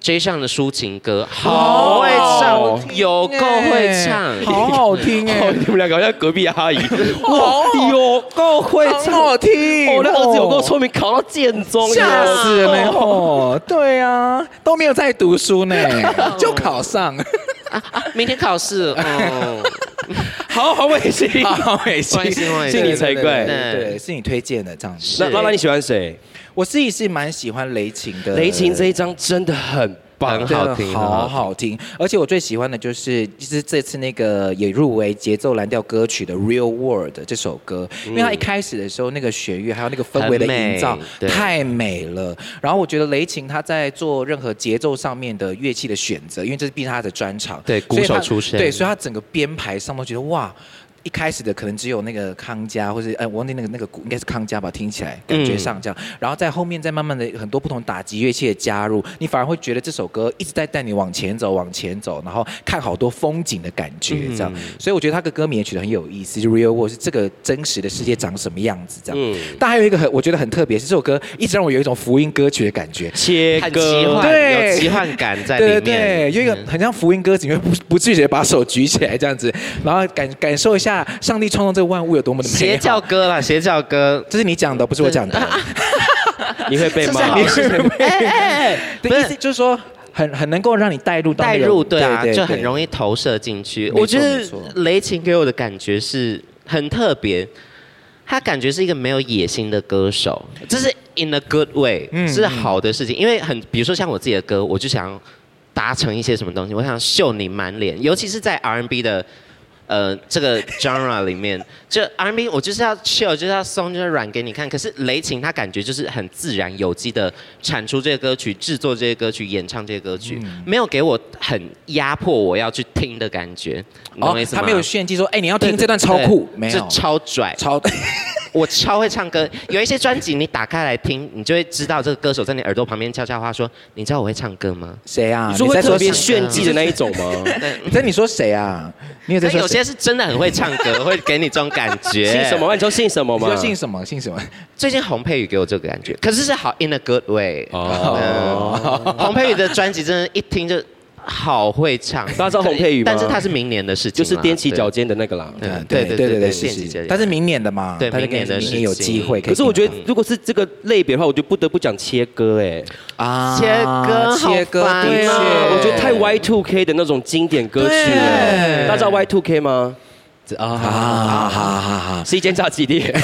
Speaker 3: J 上的抒情歌，好会
Speaker 1: 好
Speaker 3: 唱，有够会
Speaker 1: 哎
Speaker 3: 唱。
Speaker 1: 哦好好听哎
Speaker 2: 哦，，你们两个好像隔壁阿姨，
Speaker 1: 好
Speaker 2: 哇，有够会
Speaker 1: 好
Speaker 2: 唱，
Speaker 1: 好听，
Speaker 2: 哦，那儿子有够聪明，考到建中，
Speaker 1: 吓死
Speaker 2: 了
Speaker 1: 人哦！对啊，都没有在读书 呢，就考 上。
Speaker 3: 明天考试， 哦，
Speaker 2: 好，黄伟星，
Speaker 1: 好，没事
Speaker 3: 欢迎欢迎
Speaker 1: 是
Speaker 2: 信你才怪
Speaker 1: 对，对
Speaker 3: 对
Speaker 1: 对是你推荐的这样子。
Speaker 3: 是
Speaker 2: 那那那你喜欢谁？
Speaker 1: 我自己是蛮喜欢雷琴的，
Speaker 2: 雷琴这一张真的很棒
Speaker 3: 很，
Speaker 1: 真
Speaker 3: 好
Speaker 1: 的
Speaker 3: 听很好
Speaker 1: 呃好好听。啊而且我最喜欢的就是，就是这次那个也入围节奏蓝调歌曲的《Real World》这首歌，因为它一开始的时候那个旋律还有那个氛围的
Speaker 3: 很美
Speaker 1: 营造
Speaker 3: 对
Speaker 1: 太美了。然后我觉得雷琴他在做任何节奏上面的乐器的选择，因为这是毕竟他的专长，
Speaker 3: 对
Speaker 1: 所以
Speaker 3: 鼓手
Speaker 1: 他
Speaker 3: 出身
Speaker 1: 对，所以他整个编排上都觉得哇。一开始的可能只有那个康佳，或者哎，我忘记那个那个鼓应该是康佳吧，听起来感
Speaker 3: 嗯
Speaker 1: 觉上这样。然后在后面再慢慢的很多不同打击乐器的加入，你反而会觉得这首歌一直在带你往前走，往前走，然后看好多风景的感觉这样。
Speaker 3: 嗯
Speaker 1: 所以我觉得他的歌名也取得很有意思，就 Real World 是这个真实的世界长什么样子这样。
Speaker 2: 嗯
Speaker 1: 但还有一个很我觉得很特别，是这首歌一直让我有一种福音歌曲的感觉。
Speaker 2: 切
Speaker 3: 很奇
Speaker 2: 割，
Speaker 1: 对
Speaker 3: 幻，有奇幻感在
Speaker 1: 对对
Speaker 3: 里
Speaker 1: 对，
Speaker 3: 面。嗯
Speaker 1: 有一个很像福音歌，你会不不自觉地把手举起来这样子，然后感感受一下上帝创造这个万物有多么的美
Speaker 3: 邪
Speaker 1: 好。
Speaker 3: 教歌啦，邪教 歌。
Speaker 1: 这是你讲的，不是我讲的。
Speaker 2: 你会被
Speaker 3: 这是
Speaker 2: 骂
Speaker 3: 好。
Speaker 1: 你 是
Speaker 3: 哎哎，
Speaker 1: 的
Speaker 3: 不
Speaker 1: 意
Speaker 3: 是
Speaker 1: 思就是说，很很能够让你带入到
Speaker 3: 代
Speaker 1: 那个
Speaker 3: 入对啊，就很
Speaker 1: 易。
Speaker 3: 容易投射进去。
Speaker 1: 没错
Speaker 3: 我觉得
Speaker 1: 没错
Speaker 3: 雷琴给我的感觉是很特别，他感觉是一个没有野心的歌手，这是 in a good way，、
Speaker 1: 嗯
Speaker 3: 是好的事情。因为很比如说像我自己的歌，我就想达成一些什么东西，我想秀你满脸，尤其是在 R&B 的。呃，这个 genre 里面，就 R&B，我就是要 chill，就是要松，就是软给你看。可是雷琴他感觉就是很自然有机的产出这些歌曲，制作这些歌曲，演唱这些歌曲，
Speaker 1: 嗯
Speaker 3: 没有给我很压迫我要去听的感觉，你懂我意思
Speaker 1: 哦
Speaker 3: 吗？
Speaker 1: 他没有炫技说，哎，你要
Speaker 3: 对
Speaker 1: 听这段超酷，
Speaker 3: 对
Speaker 1: 没
Speaker 3: 这
Speaker 1: 有
Speaker 3: 超拽，
Speaker 1: 超
Speaker 3: 我超会唱歌。有一些专辑你打开来听，你就会知道这个歌手在你耳朵旁边悄悄话说：“你知道我会唱 歌吗
Speaker 1: 谁啊？
Speaker 2: 你说会
Speaker 1: 在
Speaker 2: 特别
Speaker 1: 谁
Speaker 2: 炫技的那一种吗？
Speaker 1: 你在你说谁啊？你有？”在
Speaker 3: 但
Speaker 1: 说
Speaker 3: 有
Speaker 1: 谁
Speaker 3: 些是真的很会唱歌，会给你这种感 觉。
Speaker 2: 姓什么？？你知道姓什么
Speaker 1: 你
Speaker 2: 吗？
Speaker 1: 说姓什么？姓什么？
Speaker 3: 最近洪佩瑜给我这个感觉，可是是好 in a good way。
Speaker 2: 哦
Speaker 3: 哦，洪佩瑜的专辑真的，一听就好会唱，
Speaker 2: 大家知道洪佩瑜吗
Speaker 3: 但是他是明年的事情
Speaker 2: 就
Speaker 3: 啦，
Speaker 2: 是踮起
Speaker 3: 对
Speaker 2: 脚尖的那个啦。
Speaker 3: 对
Speaker 1: 对
Speaker 3: 对
Speaker 1: 对对
Speaker 3: 对
Speaker 1: 对，
Speaker 3: 现
Speaker 1: 是
Speaker 3: 实
Speaker 1: 是
Speaker 3: 这，
Speaker 1: 但是明年的嘛，
Speaker 3: 对
Speaker 1: 他就
Speaker 3: 明年
Speaker 1: 跟
Speaker 3: 的
Speaker 1: 明年有
Speaker 3: 事
Speaker 1: 机
Speaker 3: 情
Speaker 1: 会以
Speaker 2: 可是我觉得
Speaker 1: 跟，
Speaker 2: 如果是这个类别的话，我就不得不讲切割哎、
Speaker 1: 他啊
Speaker 3: 切割好
Speaker 1: 切割
Speaker 3: 烦
Speaker 1: 的
Speaker 3: 对
Speaker 1: 确，
Speaker 3: 啊
Speaker 2: 我觉得太 Y Two K 的那种经典歌曲了。
Speaker 1: 对
Speaker 2: 大家知道 Y Two K 吗？
Speaker 1: 啊，好好好好，
Speaker 2: 是一间炸鸡店。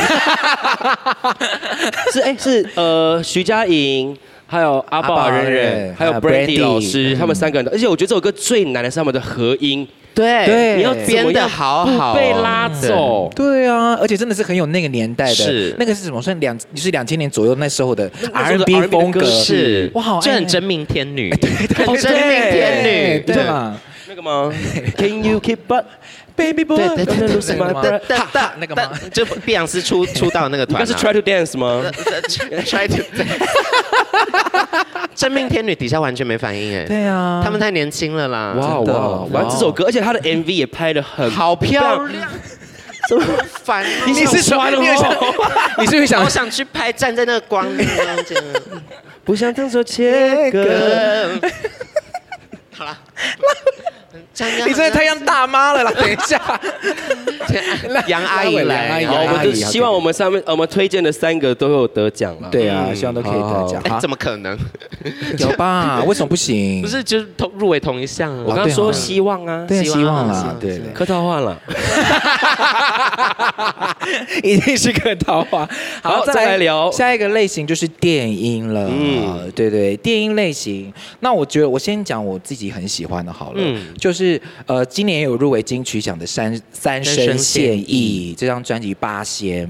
Speaker 2: 是哎、是呃，徐佳莹。还有阿
Speaker 1: 阿
Speaker 2: 宝、
Speaker 1: 宝
Speaker 2: 人
Speaker 1: 人
Speaker 2: 人，还有
Speaker 1: 还有
Speaker 2: Brandy 嗯
Speaker 1: Brandy
Speaker 2: 老师，他们三个人的，而且我觉得这首歌最难的是他们的合音，
Speaker 3: 对
Speaker 1: 对
Speaker 2: 你要怎么样
Speaker 3: 编的好好哦，
Speaker 2: 不被拉走。
Speaker 1: 对啊，而且真的是很有那个年代的，
Speaker 3: 是
Speaker 1: 那个是怎么算两是两千年左右那时候的
Speaker 2: 那时候的
Speaker 1: R&B
Speaker 2: R&B
Speaker 1: 风格，
Speaker 2: 歌
Speaker 3: 对，是
Speaker 1: 哇好爱
Speaker 3: 这很
Speaker 1: 那
Speaker 3: 真命天女，
Speaker 1: 哦
Speaker 3: 很
Speaker 1: 对
Speaker 3: 真命天女，
Speaker 1: 对嘛
Speaker 2: 那个吗？Can you keep up, baby boy?
Speaker 3: 对对对
Speaker 2: Don't
Speaker 3: 对
Speaker 2: lose
Speaker 3: 对
Speaker 2: my breath
Speaker 1: 哈哈那个吗？
Speaker 3: 就碧昂斯出出道那个
Speaker 2: 应该
Speaker 3: 团啊，
Speaker 2: 是 Try to Dance 吗？
Speaker 3: try to 真命天女底下完全没反应哎，
Speaker 1: 对啊，
Speaker 3: 他们太年轻了啦，
Speaker 2: 哇
Speaker 1: 真的
Speaker 2: 哇！完这首歌，而且他的 MV 也拍的很
Speaker 3: 好漂亮，
Speaker 2: 怎么
Speaker 3: 烦哦，
Speaker 1: 你是什么？你是想你是不是想
Speaker 3: 我想去拍站在那个光里面这样
Speaker 2: 不想当做切割。
Speaker 3: 呃好啦，这样应该
Speaker 1: 你真的太像大妈了啦！等一下，
Speaker 3: 杨阿姨来，
Speaker 1: 杨
Speaker 2: 好，
Speaker 1: 阿
Speaker 2: 哎我
Speaker 1: 姨
Speaker 2: 们就希望
Speaker 1: 好
Speaker 2: 我们上面我们推荐的三个都有得奖了。
Speaker 1: 对啊，
Speaker 2: 嗯
Speaker 1: 希望都可以得奖。
Speaker 3: 哎
Speaker 1: 好
Speaker 3: 怎么可能？
Speaker 1: 有吧？为什么不行？
Speaker 3: 不，是就是同入围同一项
Speaker 2: 我
Speaker 1: 啊
Speaker 2: 刚
Speaker 3: 啊？
Speaker 2: 刚
Speaker 1: 对
Speaker 2: 说
Speaker 1: 啊
Speaker 2: 希望啊，
Speaker 1: 对，
Speaker 3: 希望
Speaker 1: 希望
Speaker 3: 希
Speaker 1: 啦
Speaker 3: 望，
Speaker 1: 对
Speaker 3: 希望
Speaker 2: 嗯客套话了。
Speaker 1: 对，一定是个桃花。
Speaker 2: 好再来聊
Speaker 1: 下一个类型就是电音了。
Speaker 2: 嗯
Speaker 1: 嗯，对对，电音类型。那我觉得我先讲我自己很喜欢的好了，
Speaker 2: 嗯
Speaker 1: 就是呃，今年也有入围金曲奖的三《三
Speaker 3: 三生
Speaker 1: 生
Speaker 3: 现
Speaker 1: 现役》这张专辑《八仙》，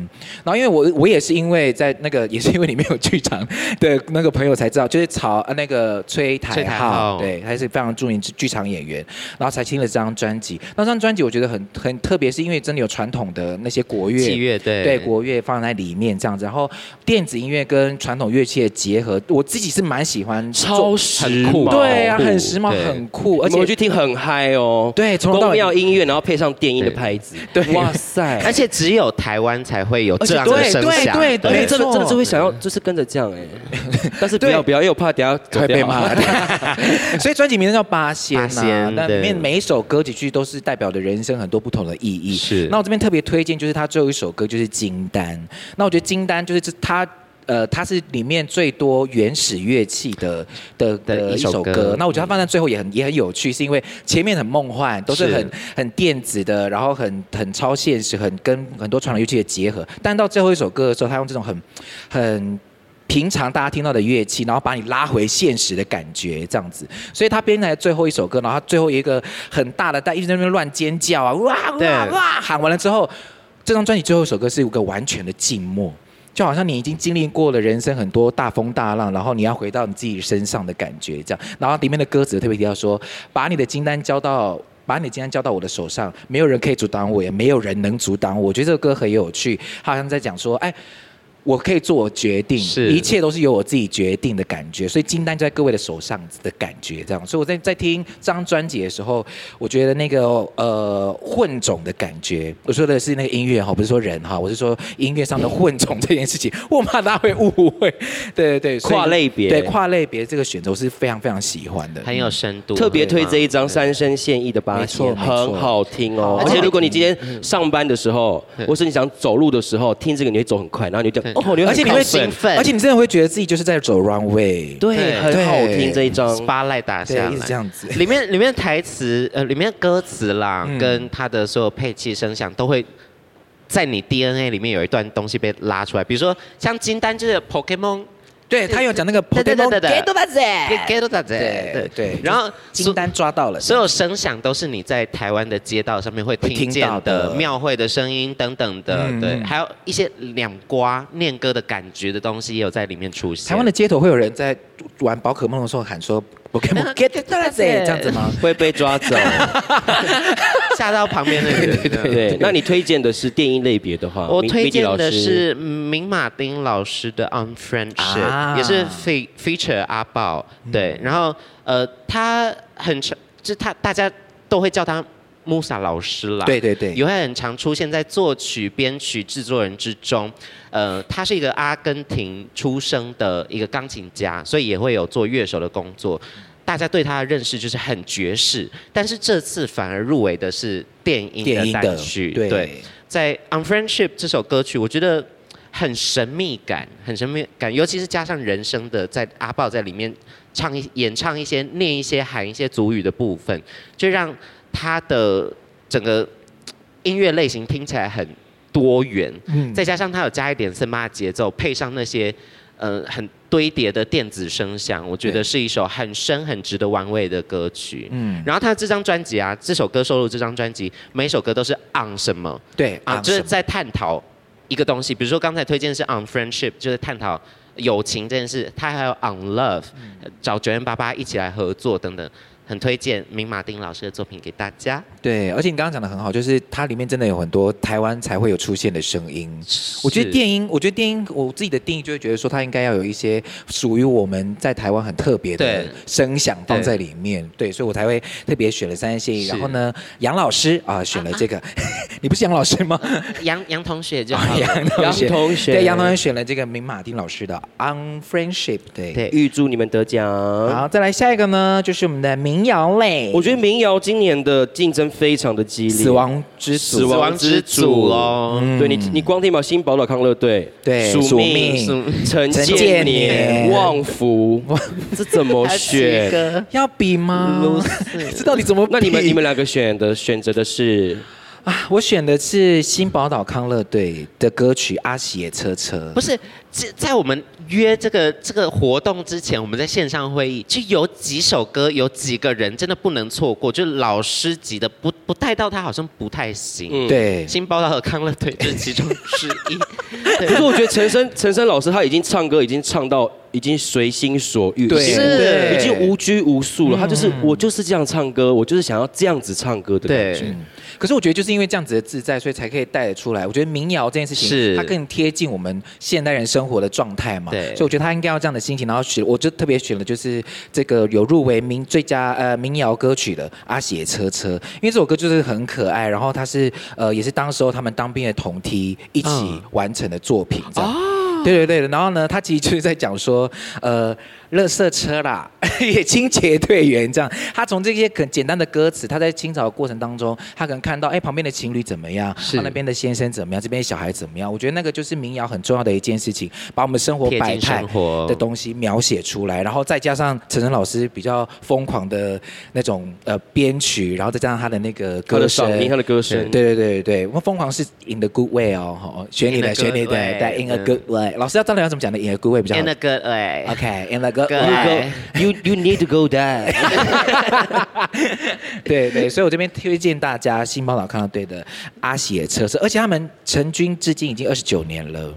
Speaker 1: 然后因为我我也是因为在那个也是因为里面有剧场的那个朋友才知道，就是曹呃那个崔
Speaker 3: 崔
Speaker 1: 台
Speaker 3: 台
Speaker 1: 浩
Speaker 3: 浩
Speaker 1: 对。他是非常著名的剧场演员，然后才听了这张专辑。那张专辑我觉得很很特别，是因为真的有传统的那些国乐，
Speaker 3: 器乐对
Speaker 1: 对国乐放在里面这样子，然后电子音乐跟传统乐器的结合，我自己是蛮喜欢
Speaker 2: 超
Speaker 1: 做，
Speaker 2: 时
Speaker 3: 很酷
Speaker 2: 髦，
Speaker 1: 对啊，很时髦，
Speaker 3: 对
Speaker 1: 很酷，
Speaker 2: 而
Speaker 1: 而
Speaker 2: 且我去
Speaker 1: 且
Speaker 2: 听很嗨哦。
Speaker 1: 对从头到
Speaker 2: 宫
Speaker 1: 尾
Speaker 2: 庙音乐，然后配上电音的
Speaker 3: 对
Speaker 2: 拍子。
Speaker 1: 对
Speaker 2: 哇塞！
Speaker 3: 而且只有台湾才会有这样的
Speaker 1: 而且
Speaker 3: 声
Speaker 1: 对
Speaker 3: 响，
Speaker 1: 对
Speaker 2: 而
Speaker 1: 对
Speaker 2: 且哎真的
Speaker 1: 没错
Speaker 2: 真的是会想要，就是跟着这样哎， 但是不要
Speaker 1: 对
Speaker 2: 不要，因为我怕等下走
Speaker 1: 会被
Speaker 2: 掉啊
Speaker 1: 骂。 所以专辑名称叫《八仙》
Speaker 3: 八
Speaker 1: 呐
Speaker 3: 仙，
Speaker 1: 那
Speaker 3: 对
Speaker 1: 里面每一首歌曲句都是代表着人生很多不同的意义。
Speaker 3: 是
Speaker 1: 那我这边特别推荐就是他最后一首歌就是《金丹》，那我觉得《金丹》就是这他。呃，它是里面最多原始乐器的的
Speaker 3: 的
Speaker 1: 的
Speaker 3: 一
Speaker 1: 一
Speaker 3: 首
Speaker 1: 首
Speaker 3: 歌嗯
Speaker 1: 歌。那我觉得它放在最后也很也很有趣，是因为前面很梦幻，都是
Speaker 3: 是
Speaker 1: 很很电子的，然后很很超现实，很跟很多传统乐器的结合。但到最后一首歌的时候，他用这种很很平常大家听到的乐器，然后把你拉回现实的感觉，这样子。所以他编来最后一首歌，然后他最后一个很大的，但一直在那边乱尖叫啊，哇
Speaker 3: 对
Speaker 1: 哇哇，喊完了之后，这张专辑最后一首歌是一个完全的静默。就好像你已经经历过了人生很多大风大浪，然后你要回到你自己身上的感觉，这样。然后里面的歌词特别提到说，把你的金丹交到，把你的金丹交到我的手上，没有人可以阻挡我，也没有人能阻挡我。我觉得这个歌很有趣，它好像在讲说，哎，我可以做我决定，
Speaker 3: 是
Speaker 1: 一切都是由我自己决定的感觉，所以金丹就在各位的手上的感觉，这样。所以我在在听这张专辑的时候，我觉得那个呃混种的感觉，我说的是那个音乐哈，不是说人哈，我是说音乐上的混种这件事情，我怕大家会误会。对对对，所以
Speaker 2: 跨类别
Speaker 1: 对跨类别这个选择我是非常非常喜欢的。
Speaker 3: 很有深度。
Speaker 2: 特别推这一张《
Speaker 3: 对吗
Speaker 2: 三生现役》的八
Speaker 1: 没
Speaker 2: 仙
Speaker 1: 错，没错
Speaker 2: 很好听哦。
Speaker 1: 好
Speaker 2: 而且如果你今天上班的时候，或是你想走路的时候，听这个你会走很快，然后你就
Speaker 3: 对
Speaker 2: 哦，你会
Speaker 1: 而且你会
Speaker 2: 很兴
Speaker 3: 兴奋
Speaker 1: 而且你真的会觉得自己就是在走 runway。
Speaker 2: 对，
Speaker 3: 对
Speaker 2: 很好听
Speaker 1: 对
Speaker 2: 这一张。
Speaker 3: spotlight 打下
Speaker 1: 对一直
Speaker 3: 来，
Speaker 1: 这样子
Speaker 3: 里面里面台词呃，里面歌词啦，跟它的所有配器声响都会。在你 DNA 里面有一段东西被拉出来，比如说像金丹就是 Pokemon
Speaker 1: 对他有讲那个 p o
Speaker 3: 对
Speaker 1: k
Speaker 3: 对
Speaker 1: e
Speaker 3: 对
Speaker 1: m o n
Speaker 3: 对对对对对
Speaker 1: 对
Speaker 3: 对
Speaker 1: 对，
Speaker 3: 然后
Speaker 1: 金丹抓到了，
Speaker 3: 所有声响都是你在台湾的街道上面会
Speaker 1: 会
Speaker 3: 听见
Speaker 1: 听到
Speaker 3: 的
Speaker 1: 的
Speaker 3: 庙会的声音等等的，
Speaker 1: 嗯
Speaker 3: 对，
Speaker 1: 嗯
Speaker 3: 还有一些两瓜念歌的感觉的东西也有在里面出现。
Speaker 1: 台湾的街头会有人在玩宝可梦的时候喊说 Pokemon get t h 这样子吗？
Speaker 2: 会被抓走，
Speaker 3: 吓到旁边 的人，对对
Speaker 2: 对。那你推荐的是电音类别的话，
Speaker 3: 我
Speaker 2: 米
Speaker 3: 推荐的，
Speaker 2: 米吉老师
Speaker 3: 是明马丁老师的《On Friendship、
Speaker 1: 啊嗯
Speaker 3: 也是 fe feature 阿豹，对，然后呃，他很常，就是他大家都会叫他 Musa 老师啦，
Speaker 1: 对对对
Speaker 3: 也会很常出现在作曲、编曲、制作人之中。呃，他是一个阿根廷出生的一个钢琴家，所以也会有做乐手的工作。大家对他的认识就是很爵士，但是这次反而入围的是电音
Speaker 1: 电
Speaker 3: 的
Speaker 1: 音
Speaker 3: 单
Speaker 1: 的
Speaker 3: 曲，
Speaker 1: 对
Speaker 3: 在《Unfriendship》这首歌曲，我觉得很神秘感，很神秘感，尤其是加上人声的，在阿豹在里面唱一演唱一些、念一些、喊一些族语的部分，就让他的整个音乐类型听起来很多元。
Speaker 1: 嗯
Speaker 3: 再加上它有加一点森巴节奏，配上那些呃很堆叠的电子声响，我觉
Speaker 1: 对
Speaker 3: 得是一首很深、很值得玩味的歌曲。
Speaker 1: 嗯，
Speaker 3: 然后他这张专辑啊，这首歌收录这张专辑，每首歌都是 on 什么
Speaker 1: 对
Speaker 3: 啊，
Speaker 1: 昂
Speaker 3: 就是
Speaker 1: 什么
Speaker 3: 在探讨一个东西。比如说刚才推荐是 on friendship，就是探讨友情这件事。他还有 on love，找
Speaker 1: 嗯
Speaker 3: 九零八八一起来合作等等，很推荐明马丁老师的作品给大 家。
Speaker 1: 对，而且你刚刚讲的很好，就是它里面真的有很多台湾才会有出现的声音。我觉得
Speaker 3: 是
Speaker 1: 电音，我觉得电音，我自己的定义就会觉得说，它应该要有一些属于我们在台湾很特别的
Speaker 3: 对
Speaker 1: 声响放在里面。对，所以我才会特别选了三线。
Speaker 3: 是
Speaker 1: 然后呢，杨老师啊，选了这个，你不是杨老师吗？
Speaker 3: 杨杨同学就好了。
Speaker 1: 哦杨同学，
Speaker 2: 杨同学
Speaker 1: 对，杨同学选了这个明马丁老师的《Unfriendship》。对，
Speaker 3: 对
Speaker 2: 预祝你们得奖。
Speaker 1: 好，再来下一个呢，就是我们的民谣类，
Speaker 2: 我觉得民谣今年的竞争非常的激烈，
Speaker 1: 死亡之
Speaker 2: 死
Speaker 1: 死
Speaker 3: 亡之组
Speaker 2: 哦
Speaker 3: 哦。
Speaker 2: 对你，你光听嘛，新宝岛康乐队，
Speaker 1: 对
Speaker 2: 署
Speaker 1: 署
Speaker 2: 名
Speaker 1: 名
Speaker 2: 陈
Speaker 1: 陈
Speaker 2: 建
Speaker 1: 建
Speaker 2: 年、
Speaker 1: 年
Speaker 2: 旺 福，这怎么选？
Speaker 3: 歌
Speaker 1: 要比吗？ 这到底怎么比？
Speaker 2: 那你们你们两个选的选择的是
Speaker 1: 啊，我选的是新宝岛康乐队的歌曲《阿喜也车车》
Speaker 3: 不。是，这在我们约这个这个活动之前，我们在线上会议就有几首歌，有几个人真的不能错过，就是老师级的不不带到他好像不太行。
Speaker 2: 嗯。
Speaker 1: 对，
Speaker 3: 新报道的康乐队这其中之一，
Speaker 2: 可是
Speaker 3: 对，
Speaker 2: 我觉得陈升陈升老师他已经唱歌已经唱到已经随心所欲，
Speaker 1: 对嗯
Speaker 2: 已经
Speaker 3: 是
Speaker 2: 对已经无拘无束了。他就是我就是这样唱歌，我就是想要这样子唱歌的感觉
Speaker 3: 对。
Speaker 1: 可是我觉得就是因为这样子的自在，所以才可以带得出来。我觉得民谣这件事情，
Speaker 3: 是
Speaker 1: 它更贴近我们现代人生活的状态嘛。
Speaker 3: 对
Speaker 1: 所以我觉得他应该要这样的心情。然后选，我就特别选了就是这个有入围民最佳呃民谣歌曲的《阿喜车车》，因为这首歌就是很可爱，然后它是呃也是当时候他们当兵的同梯一起
Speaker 3: 嗯
Speaker 1: 完成的作品。这样。对对对，然后呢，他其实就是在讲说， 呃，垃圾车啦， 也清洁队员这样。他从这些很简单的歌词，他在清扫的过程当中，他可能看到，哎，旁边的情侣怎么样，
Speaker 3: 是
Speaker 1: 啊那边的先生怎么样，这边的小孩怎么样。我觉得那个就是民谣很重要的一件事情，把我们生活
Speaker 3: 贴
Speaker 1: 百
Speaker 3: 近
Speaker 1: 态
Speaker 3: 生活
Speaker 1: 的东西描写出来，然后再加上陈晨老师比较疯狂的那种呃编曲，然后再加上他的那个
Speaker 2: 他的
Speaker 1: 歌声
Speaker 2: 嗓音，他的歌声，
Speaker 1: 对对对对，我们疯狂是 in the good way 哦，好，选你的
Speaker 3: In the
Speaker 1: 选你
Speaker 3: good
Speaker 1: 的，
Speaker 3: way，
Speaker 1: 对 in a
Speaker 3: 嗯
Speaker 1: good way。老师要到底要怎么讲的 in a good way 比较好
Speaker 3: 那个哎，
Speaker 1: ？OK，in a good
Speaker 3: Good
Speaker 1: way。
Speaker 3: way
Speaker 2: You you need to go die。
Speaker 1: 对对，所以我这边推荐大家新宝岛康乐队的阿喜的车车，而且他们成军至今已经二十九年了，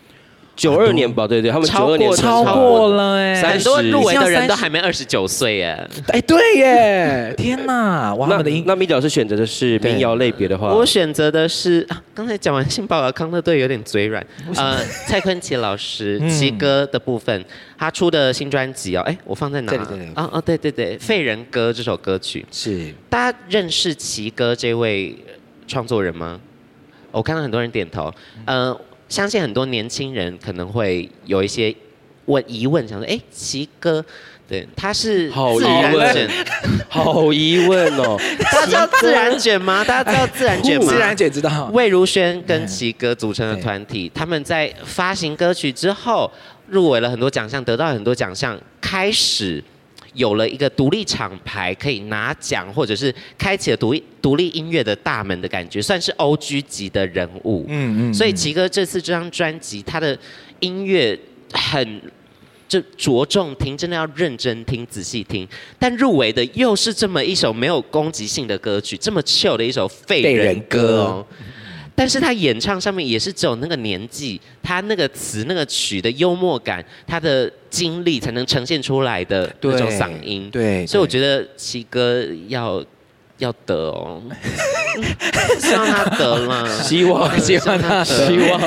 Speaker 2: 九二年吧，对对，他们九
Speaker 3: 超过
Speaker 2: 二年成
Speaker 1: 超
Speaker 2: 团
Speaker 1: 过了哎、
Speaker 2: 30
Speaker 3: 很多入围的人都还没二十九岁耶。
Speaker 1: 哎，对耶，天哪，哇，他
Speaker 2: 那
Speaker 1: 们的音
Speaker 2: 那米老师选择的是民谣类别的话，
Speaker 3: 我选择的是，啊刚才讲完性报道，康乐队有点嘴软。呃，蔡坤奇老师
Speaker 1: 嗯
Speaker 3: 奇哥的部分，他出的新专辑哦，哎，我放在哪
Speaker 1: 这
Speaker 3: 啊？
Speaker 1: 里这里
Speaker 3: 啊啊，对对对，《废人歌》这首歌曲，
Speaker 1: 是
Speaker 3: 大家认识奇哥这位创作人吗？我看到很多人点头。呃，相信很多年轻人可能会有一些问疑问，想说，哎，奇哥，对，他是
Speaker 2: 好
Speaker 3: 自
Speaker 2: 疑问
Speaker 3: 然卷，
Speaker 2: 好疑问哦。
Speaker 3: 大家知道自然卷吗？大家知道自然卷 吗？
Speaker 1: 自然姐知道，
Speaker 3: 魏如萱跟奇哥组成的团体，他们在发行歌曲之后，入围了很多奖项，得到很多奖项，开始有了一个独立厂牌可以拿奖，或者是开启了独立独立音乐的大门的感觉，算是 O G 级的人物。
Speaker 1: 嗯嗯，
Speaker 3: 所以
Speaker 1: 嗯
Speaker 3: 奇哥这次这张专辑，他的音乐很就着重听，真的要认真听、仔细听。但入围的又是这么一首没有攻击性的歌曲，这么 chill 的一首废
Speaker 1: 废
Speaker 3: 人
Speaker 1: 人
Speaker 3: 歌
Speaker 1: 歌
Speaker 3: 哦。但是他演唱上面也是只有那个年纪，他那个词、那个曲的幽默感，他的经历才能呈现出来的那种
Speaker 1: 对
Speaker 3: 嗓音。
Speaker 1: 对，
Speaker 3: 所以我
Speaker 1: 得
Speaker 3: 觉得奇哥要要得 哦，希望他得了，
Speaker 2: 希望
Speaker 3: 嗯
Speaker 1: 哦希望他得
Speaker 3: 希望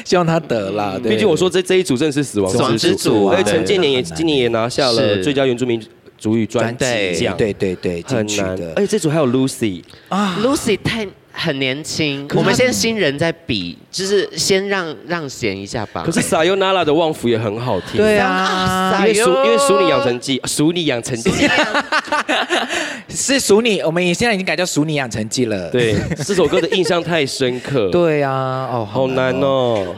Speaker 1: 希望他得啦，对
Speaker 2: 毕竟我说这这一组真的是死
Speaker 3: 死
Speaker 2: 亡
Speaker 3: 亡
Speaker 2: 之
Speaker 3: 之
Speaker 2: 组，
Speaker 3: 组
Speaker 2: 而
Speaker 3: 啊
Speaker 2: 且陈建年 也
Speaker 1: 对
Speaker 2: 今年也拿下了
Speaker 3: 是
Speaker 2: 最佳原住民主语专
Speaker 1: 专
Speaker 2: 辑
Speaker 1: 辑
Speaker 2: 奖，
Speaker 1: 对对对，
Speaker 2: 很
Speaker 1: 进去
Speaker 2: 难。
Speaker 1: 的
Speaker 2: 而且这组还有 Lucy，
Speaker 1: 啊，
Speaker 3: Lucy 太很年轻。
Speaker 1: 是
Speaker 3: 我们
Speaker 1: 他
Speaker 3: 先新人再比，就是先让让贤一下吧。
Speaker 2: 可是 Sayonara 的旺福也很好听。
Speaker 1: 对
Speaker 3: 啊
Speaker 1: 啊，
Speaker 2: 因为
Speaker 3: 哎
Speaker 2: 熟
Speaker 3: 呦
Speaker 2: 因为熟女养成记，熟女养 成记，
Speaker 1: 是熟你，我们也现在已经改叫熟你养成记了。
Speaker 2: 对这首歌的印象太深刻，
Speaker 1: 对啊，哦，
Speaker 2: 好难。哦。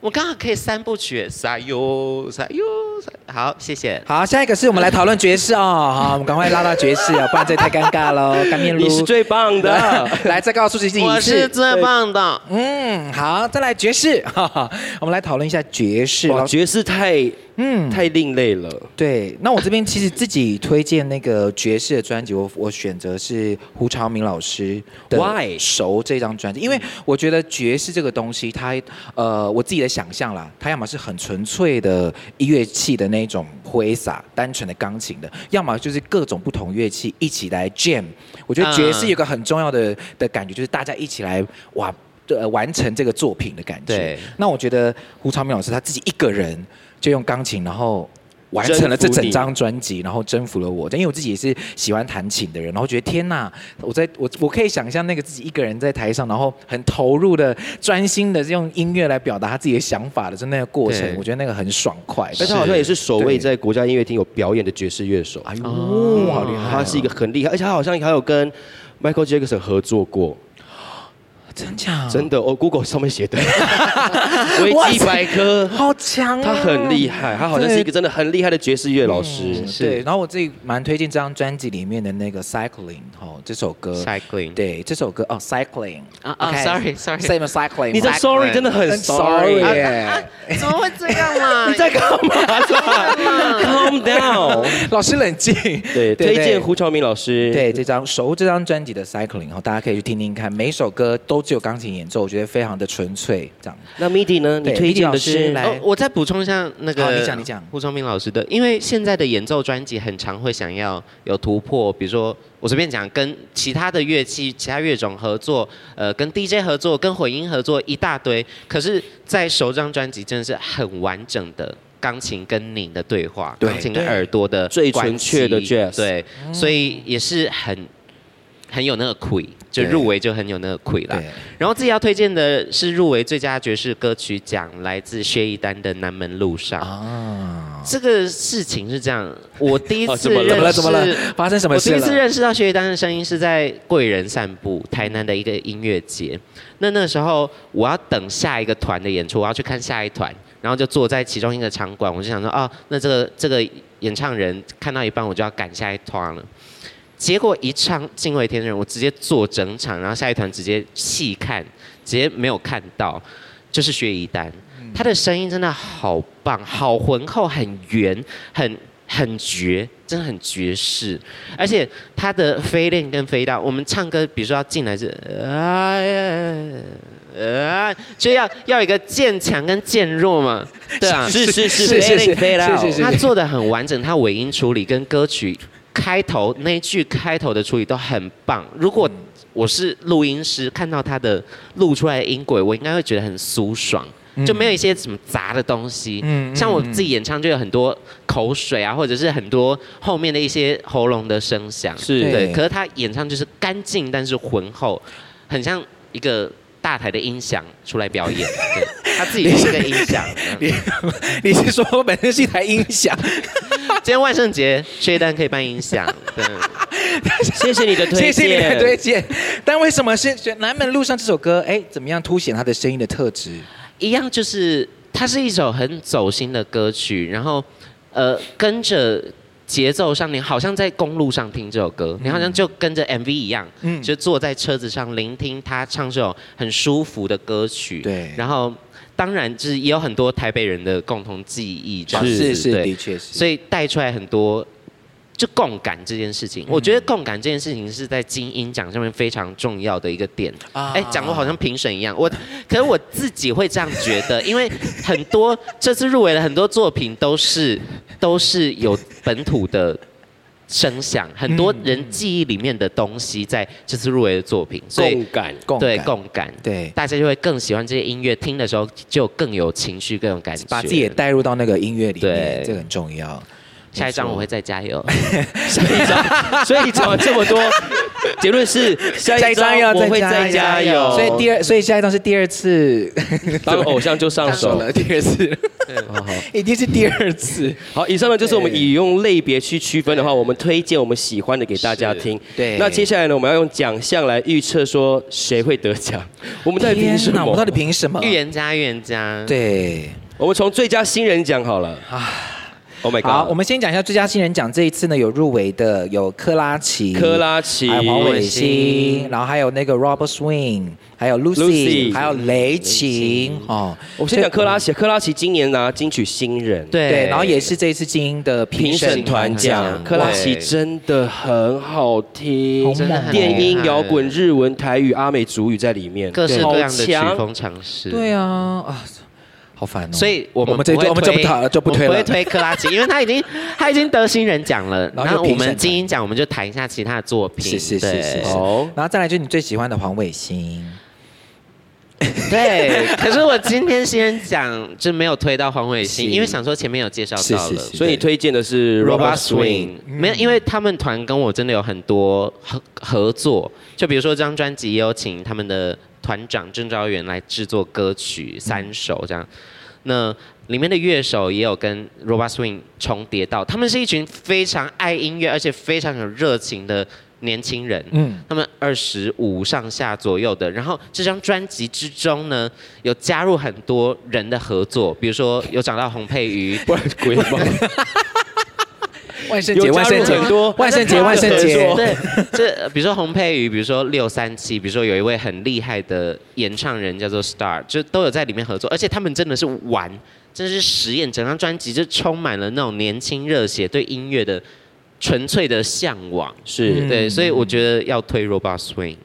Speaker 3: 我刚好可以三部曲，撒哟撒哟撒。好，谢谢。
Speaker 1: 好，下一个是我们来讨论爵士哦，好，我们赶快拉到爵士啊，不然这太尴尬喽。 干面
Speaker 2: 你是
Speaker 1: 撸，
Speaker 2: 最棒 的，啊
Speaker 1: 来再告诉自己
Speaker 3: 我
Speaker 1: 一
Speaker 3: 是
Speaker 1: 次。
Speaker 3: 最棒的。
Speaker 1: 嗯，好，再来爵士， 哈哈，我们来讨论一下爵士。
Speaker 2: 哇，爵士太
Speaker 1: 嗯，
Speaker 2: 太另类了。
Speaker 1: 对，那我这边其实自己推荐那个爵士的专辑，我我选择是胡朝明老师的《
Speaker 2: Why？
Speaker 1: 熟》这张专辑，因为我觉得爵士这个东西它，呃，我自己的想象啦，它要么是很纯粹的乐器的那种挥洒，单纯的钢琴的，要么就是各种不同乐器一起来 jam。我觉得爵士有个很重要的的感觉，就是大家一起来哇。呃，完成这个作品的感觉。
Speaker 3: 对
Speaker 1: 那我觉得胡朝明老师他自己一个人就用钢琴，然后完成了这整张专辑，然后征服了我。因为我自己也是喜欢弹琴的人，然后觉得天呐，我在我我可以想象那个自己一个人在台上，然后很投入的、专心的用音乐来表达他自己的想法的，就那个过程
Speaker 3: 对，
Speaker 1: 我觉得那个很爽快。
Speaker 2: 但
Speaker 1: 但
Speaker 2: 他
Speaker 1: 是
Speaker 2: 好像也是首
Speaker 1: 对
Speaker 2: 位在国家音乐厅有表演的爵士乐手，
Speaker 1: 哎呦，
Speaker 3: 哦
Speaker 1: 好厉害哦！
Speaker 2: 他是一个很厉害，而啊且他好像还有跟 Michael Jackson 合作过，
Speaker 1: 啊真假
Speaker 2: 真的，我哦 Google 上面写 的，维
Speaker 1: 哇
Speaker 2: 基
Speaker 1: 塞
Speaker 2: 百科，
Speaker 1: 好强、啊，
Speaker 2: 他很厉害，他好像是一个真的很厉害的爵士乐老师
Speaker 1: 嗯。对，然后我自己蛮推荐这张专辑里面的那个《Cycling》哦，这首歌。
Speaker 3: Cycling
Speaker 1: 对，这首歌哦，《Cycling》
Speaker 3: 啊啊
Speaker 1: OK，
Speaker 3: sorry，sorry
Speaker 1: Same as Cycling，
Speaker 2: 你这
Speaker 1: Cycling
Speaker 2: Sorry 真的很
Speaker 1: 很
Speaker 2: Sorry，
Speaker 1: sorry
Speaker 2: 啊
Speaker 1: 耶。
Speaker 3: 怎么会这样嘛？
Speaker 2: 你 在干嘛啦？Calm down。
Speaker 1: 老师冷静。
Speaker 2: 对，推荐胡朝明老师。
Speaker 1: 对这张熟这张专辑的《Cycling》，然后大家可以去听听看，每首歌都只有钢琴演奏，我觉得非常的纯粹。这样，
Speaker 2: 那 MIDI 呢？你
Speaker 1: 对
Speaker 2: 推
Speaker 1: MIDI
Speaker 2: 荐的
Speaker 1: 老师
Speaker 2: 是
Speaker 1: 来
Speaker 3: 哦，我再补充一下那
Speaker 1: 好
Speaker 3: 个，
Speaker 1: 你讲你讲
Speaker 3: 胡崇明老师的，因为现在的演奏专辑很常会想要有突破，比如说我随便讲，跟其他的乐器、其他乐种合作，呃，跟 DJ 合作、跟混音合作一大堆，可是，在首张专辑真的是很完整的。钢琴跟你的对话，
Speaker 1: 对
Speaker 3: 钢琴跟耳朵的
Speaker 2: 最
Speaker 3: 关
Speaker 2: 纯粹的
Speaker 3: 系
Speaker 2: jazz
Speaker 3: 对，所以也是很很有那个魁，就
Speaker 1: 对
Speaker 3: 入围就很有那个魁啦。
Speaker 1: 对，
Speaker 3: 然后自己要推荐的是入围最佳爵士歌曲奖，来自薛一丹的《南门路上》
Speaker 1: 啊，
Speaker 3: 这个事情是这样，我第一
Speaker 2: 哦
Speaker 3: 次
Speaker 2: 怎么
Speaker 3: 认
Speaker 2: 了
Speaker 3: 识，
Speaker 1: 怎么了？怎么了？发生什么
Speaker 3: 我
Speaker 1: 事
Speaker 3: 第一次
Speaker 1: 了？
Speaker 3: 认识到薛一丹的声音是在贵人散步，台南的一个音乐节。那那时候我要等下一个团的演出，我要去看下一团，然后就坐在其中一个场馆，我就想说，哦，那这个这个演唱人看到一半，我就要赶下一团了。结果一唱《敬畏天人》，我直接坐整场，然后下一团直接细看，直接没有看到，就是薛一丹，
Speaker 1: 嗯
Speaker 3: 他的声音真的好棒，好浑厚，很圆，很很绝，真的很爵士。而且他的飞链跟飞到，我们唱歌，比如说要进来是啊呃，就要要有一个渐强跟渐弱嘛，对啊，
Speaker 2: 是是是
Speaker 1: 是是
Speaker 2: ，fading
Speaker 1: 是
Speaker 2: fade out
Speaker 1: 是是是
Speaker 3: 他做的很完整，他尾音处理跟歌曲开头那一句开头的处理都很棒。如果
Speaker 1: 嗯
Speaker 3: 我是录音师，看到他的录出来的音轨，我应该会觉得很舒爽，
Speaker 1: 嗯
Speaker 3: 就没有一些什么杂的东西。
Speaker 1: 嗯嗯
Speaker 3: 像我自己演唱就有很多口水啊，或者是很多后面的一些喉咙的声响。
Speaker 2: 是
Speaker 1: 对
Speaker 3: 对，可是他演唱就是干净，但是浑厚，很像一个大台的音响出来 表演。对他自己是个音响。嗯
Speaker 1: 你嗯你是说我本身是一台音 响？
Speaker 3: 今天万圣节，薛一丹可以办音响， 对，
Speaker 2: 谢谢你的推
Speaker 1: 谢
Speaker 2: 荐，
Speaker 1: 谢你的推荐。但为什么是选《南门路上》这首歌？哎，怎么样凸显他的声音的特质？
Speaker 3: 一样就是它是一首很走心的歌曲，然后呃跟着节奏上，你好像在公路上听这首歌，你好像就跟着 MV 一样，
Speaker 1: 嗯
Speaker 3: 就坐在车子上聆听他唱这种很舒服的歌曲，
Speaker 1: 对
Speaker 3: 然后当然就是也有很多台北人的共同记忆，这样子
Speaker 1: 是是，
Speaker 3: 对
Speaker 1: 的确是。
Speaker 3: 所以带出来很多就共感这件事情。我觉
Speaker 1: 嗯
Speaker 3: 得共感这件事情是在金鹰奖上面非常重要的一个点。
Speaker 1: 啊
Speaker 3: 哎，讲的好像评审一样，我可是我自己会这样觉得，因为很多这次入围的很多作品都是都是有本土的。声响，很多人记忆里面的东西，在这次入围的作品，所以
Speaker 2: 共感。
Speaker 1: 共
Speaker 3: 对
Speaker 1: 感
Speaker 3: 共感，
Speaker 1: 对，
Speaker 3: 大家就会更喜欢这些音乐，听的时候就更有情绪，更有感觉。
Speaker 1: 把自己也带入到那个音乐里面
Speaker 3: 对，
Speaker 1: 这个很重要。
Speaker 3: 下一张我会再加油。
Speaker 2: 所以你怎么这么多结论是下
Speaker 1: 下
Speaker 2: 一
Speaker 1: 一
Speaker 2: 张
Speaker 1: 张要
Speaker 2: 我
Speaker 1: 再
Speaker 2: 会
Speaker 1: 加
Speaker 2: 再
Speaker 1: 一
Speaker 2: 加
Speaker 1: 加
Speaker 2: 油。
Speaker 1: 所以第二，所以下一张是第二次
Speaker 2: 当偶像就上手。
Speaker 1: 了，第二次， 一定是第二次。
Speaker 2: 好，以上呢就是我们以用类别去区分的话，我们推荐我们喜欢的给大家听。
Speaker 1: 对
Speaker 2: 那接下来呢，我们要用奖项来预测说谁会得奖。我们到底凭什么？
Speaker 1: 我们到底凭什么？
Speaker 3: 预言家，预言家，，
Speaker 1: 对。
Speaker 2: 我们从最佳新人奖好了。Oh my god！
Speaker 1: 好，我们先讲一下最佳新人奖。这一次呢，有入围的有科拉奇、
Speaker 2: 科拉奇
Speaker 1: 还有哎黄伟
Speaker 3: 黄伟
Speaker 1: 星，然后还有那个 Robert Swing，还有
Speaker 2: Lucy
Speaker 1: Lucy，还有雷琴哦。
Speaker 2: 我们先讲科拉奇，科拉奇今年拿金曲新人，
Speaker 3: 对
Speaker 1: 对，然后也是这一次精英的
Speaker 2: 评
Speaker 1: 评
Speaker 2: 审
Speaker 1: 审
Speaker 2: 团
Speaker 1: 团
Speaker 2: 奖
Speaker 1: 奖，，
Speaker 2: 科拉奇真的很好听，
Speaker 1: 真的很
Speaker 2: 电音、
Speaker 3: 厉害
Speaker 2: 摇滚、日文、台语、阿美族语在里面，
Speaker 3: 各式
Speaker 2: 好
Speaker 3: 各样的曲
Speaker 2: 强
Speaker 3: 风尝试。
Speaker 1: 对啊啊，好烦哦。
Speaker 3: 所以我们
Speaker 1: 我们这
Speaker 3: 不会
Speaker 1: 我们就不
Speaker 3: 推
Speaker 1: 讨就不推了
Speaker 3: 我们不会推克拉奇， 因为他已经他已经得新人奖了。
Speaker 1: 然后又
Speaker 3: 然后我
Speaker 1: 评审
Speaker 3: 们
Speaker 1: 团
Speaker 3: 金鹰奖，我们就谈一下其他的作品。
Speaker 1: 是是是
Speaker 3: 对
Speaker 1: 是是
Speaker 2: 好
Speaker 1: 然后再来就是你最喜欢的黄伟星，哦
Speaker 3: 对。可是我今天新人奖就没有推到黄伟星，
Speaker 1: 是
Speaker 3: 因为想说前面有介绍
Speaker 1: 是
Speaker 3: 到
Speaker 1: 是
Speaker 3: 了。
Speaker 1: 是
Speaker 2: 所以你推荐的是 Robot
Speaker 3: Robot Swing
Speaker 2: Swing。嗯
Speaker 3: 没有，因为他们团跟我真的有很多合合作，就比如说这张专辑也有请他们的团长郑昭元来制作歌曲三首这样。那里面的乐手也有跟 Robot Swing 重叠到，他们是一群非常爱音乐而且非常有热情的年轻人。
Speaker 1: 嗯，
Speaker 3: 他们二十五上下左右的。然后这张专辑之中呢，有加入很多人的合作，比如说有找到洪 佩瑜，
Speaker 2: 不然鬼吗？
Speaker 1: 万圣
Speaker 2: 有
Speaker 1: 节
Speaker 2: 加
Speaker 1: 万
Speaker 2: 入
Speaker 1: 圣节
Speaker 2: 很多
Speaker 1: 万圣节万圣节
Speaker 2: 合作
Speaker 3: 对，这呃比如说洪佩瑜，比如说六三七，比如说有一位很厉害的演唱人叫做 Star，就都有在里面合作，而且他们真的是玩，真的是实验，整张专辑就充满了那种年轻热血对音乐的纯粹的向往。
Speaker 2: 是
Speaker 1: 嗯
Speaker 3: 对，所以我觉得要推 Robot Swing，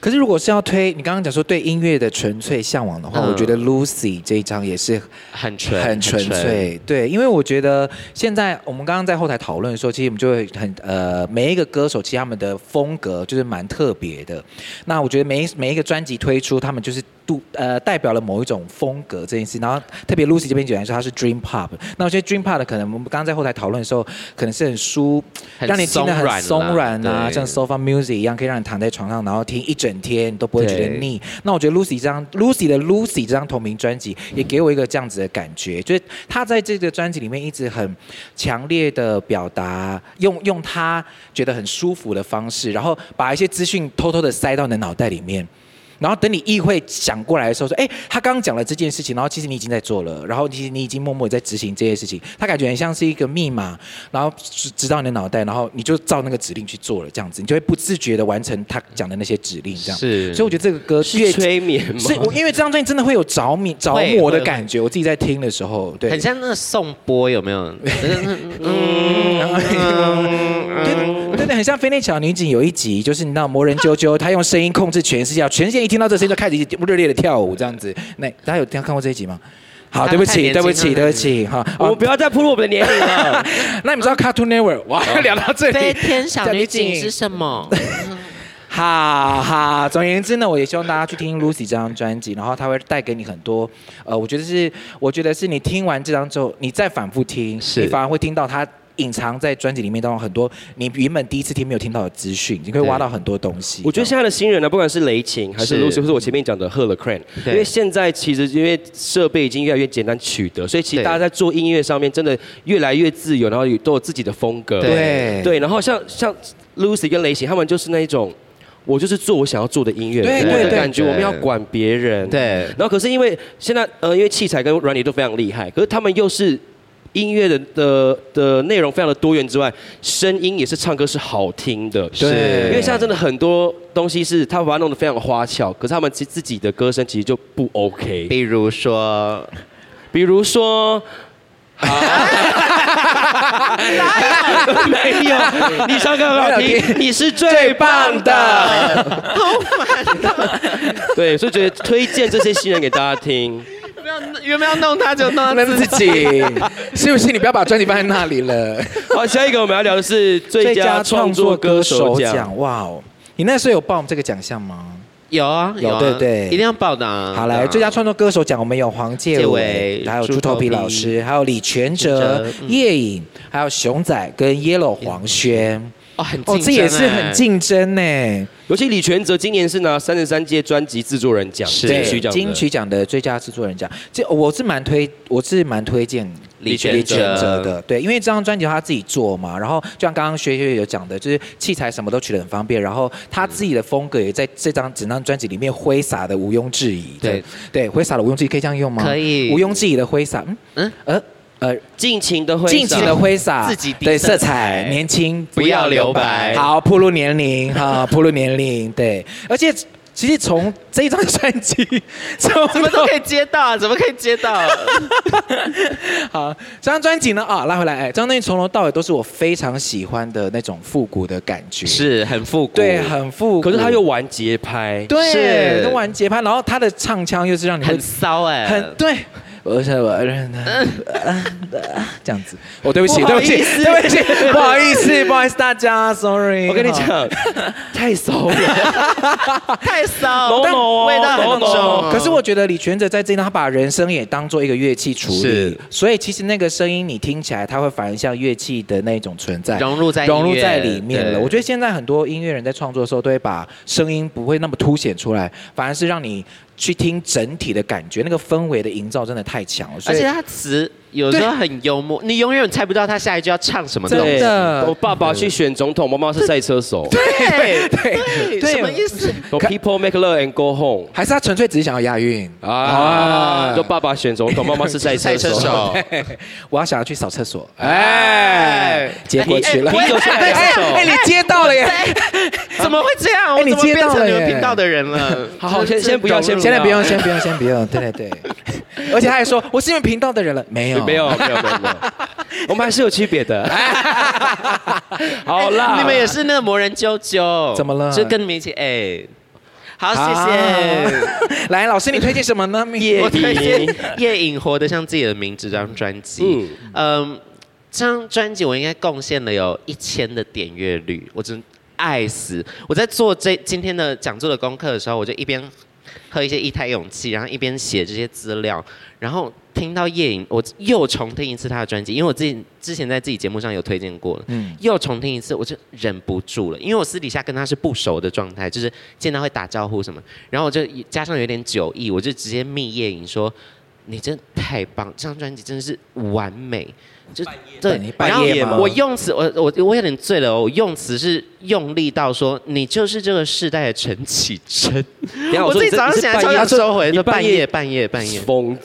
Speaker 1: 可是如果是要推你刚刚讲说对音乐的纯粹向往的话，
Speaker 3: 嗯
Speaker 1: 我觉得 Lucy 这一张也是
Speaker 3: 很纯，
Speaker 1: 很纯粹，对，因为我觉得现在我们刚刚在后台讨论的时候，其实我们就会很呃，每一个歌手其实他们的风格就是蛮特别的。那我觉得每一每一个专辑推出，他们就是度呃代表了某一种风格这件事。然后特别 Lucy 这边举来说，她是 Dream Pop，那我觉得 Dream Pop 的可能我们刚刚在后台讨论的时候，可能是很舒，
Speaker 3: 很
Speaker 1: 让你听得
Speaker 3: 松软啦
Speaker 1: 很松软啊，
Speaker 3: 对
Speaker 1: 像 sofa music 一样，可以让你躺在床上，然后听一整天，你都不会觉得
Speaker 3: 对
Speaker 1: 腻。那我觉得 Lucy 这张 Lucy 的 Lucy 这张同名专辑，也给我一个这样子的感觉，就是她在这个专辑里面一直很强烈的表达，用用她觉得很舒服的方式，然后把一些资讯偷偷的塞到你的脑袋里面。然后等你意会想过来的时候，说，哎，他刚刚讲了这件事情，然后其实你已经在做了，然后其实你已经默默地在执行这件事情，他感觉很像是一个密码，然后直直到你的脑袋，然后你就照那个指令去做了，这样子，你就会不自觉的完成他讲的那些指令，这样。
Speaker 3: 是
Speaker 1: 所以我觉得这个歌
Speaker 2: 是催眠吗？
Speaker 1: 是我因为这张专辑真的会有着迷着魔的感觉，我自己在听的时候，对，
Speaker 3: 很像那个宋波有没有？
Speaker 1: 对对对，很像《飞天小女警》有一集，就是你知道魔人啾啾，他用声音控制全世界，全世界一听到这声音就开始热烈的跳舞这样子。那大家有看过这一集吗？好，
Speaker 3: 他
Speaker 1: 对
Speaker 3: 们
Speaker 1: 不
Speaker 3: 太
Speaker 1: 起，
Speaker 3: 年
Speaker 1: 对不
Speaker 3: 轻
Speaker 1: 起，
Speaker 3: 了
Speaker 1: 对不起，哈。
Speaker 2: 我
Speaker 1: 哦
Speaker 2: 们不要再暴露我们的年龄了。
Speaker 1: 那你们知道 Cartoon Network？哇， 聊到这
Speaker 3: 飞
Speaker 1: 里，
Speaker 3: 天小女警是什么？
Speaker 1: 哈哈，总而言之呢，我也希望大家去听 Lucy 这张专辑，然后它会带给你很多，呃，我觉得是，我觉得是你听完这张之后，你再反复听，
Speaker 3: 是
Speaker 1: 你反而会听到它隐藏在专辑里面当中很多你原本第一次听没有听到的资讯，你可以挖到很多东西。
Speaker 2: 我觉得现在的新人呢，不管是雷琴还是
Speaker 3: 是
Speaker 2: Lucy，或是我前面讲的赫勒 Crane，因
Speaker 3: 对
Speaker 2: 为现在其实因为设备已经越来越简单取得，所以其实
Speaker 3: 对
Speaker 2: 大家在做音乐上面真的越来越自由，然后也都有自己的风格。
Speaker 3: 对
Speaker 2: 对，然后像像 Lucy 跟雷琴，他们就是那一种。我就是做我想要做的音乐，
Speaker 1: 对
Speaker 2: 我的
Speaker 1: 对对
Speaker 2: 感觉，
Speaker 3: 对
Speaker 2: 我们要管别人。
Speaker 3: 对
Speaker 2: 然后可是因为现在呃，因为器材跟软体都非常厉害，可是他们又是音乐的的的内容非常的多元之外，声音也是唱歌是好听的。
Speaker 1: 对
Speaker 2: 因为现在真的很多东西是他把它弄得非常花俏，可是他们其实自己的歌声其实就不 OK。比
Speaker 3: 比如 说，
Speaker 2: 比如说。啊没有，你唱歌很好听，你是最棒的。
Speaker 1: 啊
Speaker 2: 对，所以觉得推荐这些新人给大家听。
Speaker 3: 原本要弄他就弄他
Speaker 1: 那自己是不是你不要把专辑放在那里了？
Speaker 2: 好，下一个我们要聊的是 最佳创作歌手奖。，
Speaker 1: 哇哦！你那时候有报我们这个奖项吗？
Speaker 3: 有啊，
Speaker 1: 有
Speaker 3: 啊
Speaker 1: 对对
Speaker 3: 一定要报的啊。
Speaker 1: 好，来
Speaker 3: 对啊
Speaker 1: 最佳创作歌手奖，我们有黄介伟
Speaker 3: 介伟，
Speaker 1: 还有
Speaker 3: 猪
Speaker 1: 猪头
Speaker 3: 头皮
Speaker 1: 皮老师，还有李全哲
Speaker 3: 全哲、嗯
Speaker 1: 叶颖，还有熊仔跟 Yellow 黄轩。
Speaker 3: 哦，很
Speaker 1: 哦，
Speaker 3: 竞
Speaker 1: 这
Speaker 3: 争
Speaker 1: 也是
Speaker 3: 哎
Speaker 1: 很竞争欸呢、
Speaker 2: 尤其李全哲今年是拿三十三届专辑制作人奖，
Speaker 3: 是
Speaker 2: 金曲奖的，
Speaker 1: 金曲奖的最佳制作人奖，这我是蛮推，我是蛮推荐
Speaker 3: 李
Speaker 1: 全
Speaker 3: 全
Speaker 1: 全
Speaker 3: 哲
Speaker 1: 哲的，对，因为这张专辑他自己做嘛，然后就像刚刚学学有讲的，就是器材什么都取得很方便，然后他自己的风格也在这张整张专辑里面挥洒的毋庸置疑，
Speaker 3: 对
Speaker 1: 对，挥洒的毋庸置疑可以这样用吗？
Speaker 3: 可以
Speaker 1: 毋庸置疑的挥洒，嗯
Speaker 3: 嗯
Speaker 1: 嗯呃呃，
Speaker 2: 尽情的挥洒，
Speaker 1: 尽情的挥洒
Speaker 3: 自己的
Speaker 1: 对
Speaker 3: 色
Speaker 1: 色
Speaker 3: 彩
Speaker 1: 彩，年轻
Speaker 3: 不要留白
Speaker 1: 好铺路年龄哈，铺路年龄对，而且其实从这一张专辑， 从
Speaker 3: 怎么都
Speaker 1: 头
Speaker 3: 可以接到啊，怎么可以接 到啊？
Speaker 1: 好，这张专辑呢啊拉回来，哎，这张专辑从头到尾都是我非常喜欢的那种复古的感觉，
Speaker 3: 是很复古，
Speaker 1: 对，很复古，
Speaker 2: 可是他又玩节拍，
Speaker 1: 对
Speaker 3: 是
Speaker 1: 都玩节拍，然后他的唱腔又是让你会
Speaker 3: 很骚哎，
Speaker 1: 很对。我是我呃认的，呃这样子。我对不起，
Speaker 2: 不
Speaker 1: 对
Speaker 2: 好
Speaker 1: 不起，
Speaker 2: 意思
Speaker 1: 对不起，不好意思，不好意思，大家，sorry。
Speaker 2: 我跟你讲， 太骚了，
Speaker 3: 太 骚，
Speaker 2: 浓浓哦
Speaker 3: 味道
Speaker 2: 浓
Speaker 3: 很
Speaker 2: 浓哦
Speaker 3: 重。
Speaker 1: 可是我觉得李全哲在这一张，他把人声也当做一个乐器处理
Speaker 3: 是，
Speaker 1: 所以其实那个声音你听起来，它会反而像乐器的那种存在，
Speaker 3: 融入在
Speaker 1: 融入
Speaker 3: 音乐
Speaker 1: 在里面了。
Speaker 3: 对
Speaker 1: 我觉得现在很多音乐人在创作的时候，都会把声音不会那么凸显出来，反而是让你去听整体的感觉，那个氛围的营造真的太强了。所
Speaker 3: 而
Speaker 1: 以
Speaker 3: 且他词有时候很幽默，你永远猜不到他下一句要唱什么东
Speaker 1: 真
Speaker 3: 西。
Speaker 1: 的
Speaker 2: 我爸爸去选总统，妈妈是赛车手
Speaker 3: 对
Speaker 1: 对对
Speaker 3: 什么意思？
Speaker 2: 我，People make love and go home。
Speaker 1: 还是他纯粹只是想要押韵
Speaker 2: 啊！就爸爸选总统，妈妈是赛车
Speaker 3: 赛车
Speaker 2: 手。
Speaker 3: 手，
Speaker 1: 我要想要去扫厕所，哎，接过去了。
Speaker 2: 哎哎啤酒下来
Speaker 1: 哎
Speaker 2: 了
Speaker 1: 哎，你接到了耶！
Speaker 3: 怎么会这样？
Speaker 1: 哎
Speaker 3: 我
Speaker 1: 你
Speaker 3: 怎么
Speaker 1: 接
Speaker 3: 变
Speaker 1: 到
Speaker 3: 成
Speaker 1: 了
Speaker 3: 你们
Speaker 1: 耶
Speaker 3: 频道的人了？
Speaker 2: 好好，
Speaker 3: 真
Speaker 2: 先
Speaker 3: 是
Speaker 2: 先不要，先
Speaker 1: 现在不用，先不用，先不用，对 对对。而且他还说我是你们频道的人了，没有
Speaker 2: 没有，没有没有没有，我们还是有区别的。好啦，
Speaker 3: 哎你们也是那个魔人啾啾，
Speaker 1: 怎么了
Speaker 3: 就跟你们一起哎，好，
Speaker 1: 好
Speaker 3: 谢
Speaker 1: 来，老师你推荐什么 呢？
Speaker 3: 谢。
Speaker 1: 夜
Speaker 3: 我推荐叶颖活得像自己的名字这张专辑，嗯，这张专辑我应该贡献了有一千的点阅率，我真爱死！我在做这今天的讲座的功课的时候，我就一边喝一些一台勇气，然后一边写这些资料，然后听到叶颖，我又重听一次她的专辑，因为我自己之前在自己节目上有推荐过了，
Speaker 1: 嗯
Speaker 3: 又重听一次，我就忍不住了，因为我私底下跟他是不熟的状态，就是见到会打招呼什么，然后我就加上有点酒意，我就直接密叶颖说：“你真的太棒，这张专辑真的是完美。”就对
Speaker 1: 嗯你，半
Speaker 3: 然后
Speaker 1: 夜吗
Speaker 3: 我用词，我我我有点醉了哦，我用词是用力到说你就是这个世代的陈绮贞。
Speaker 2: 等一下，
Speaker 3: 我自己早上起来超想收哎回，
Speaker 2: 你
Speaker 3: 说半
Speaker 2: 半
Speaker 3: 夜
Speaker 2: 夜
Speaker 3: 半夜半夜，
Speaker 2: 疯子，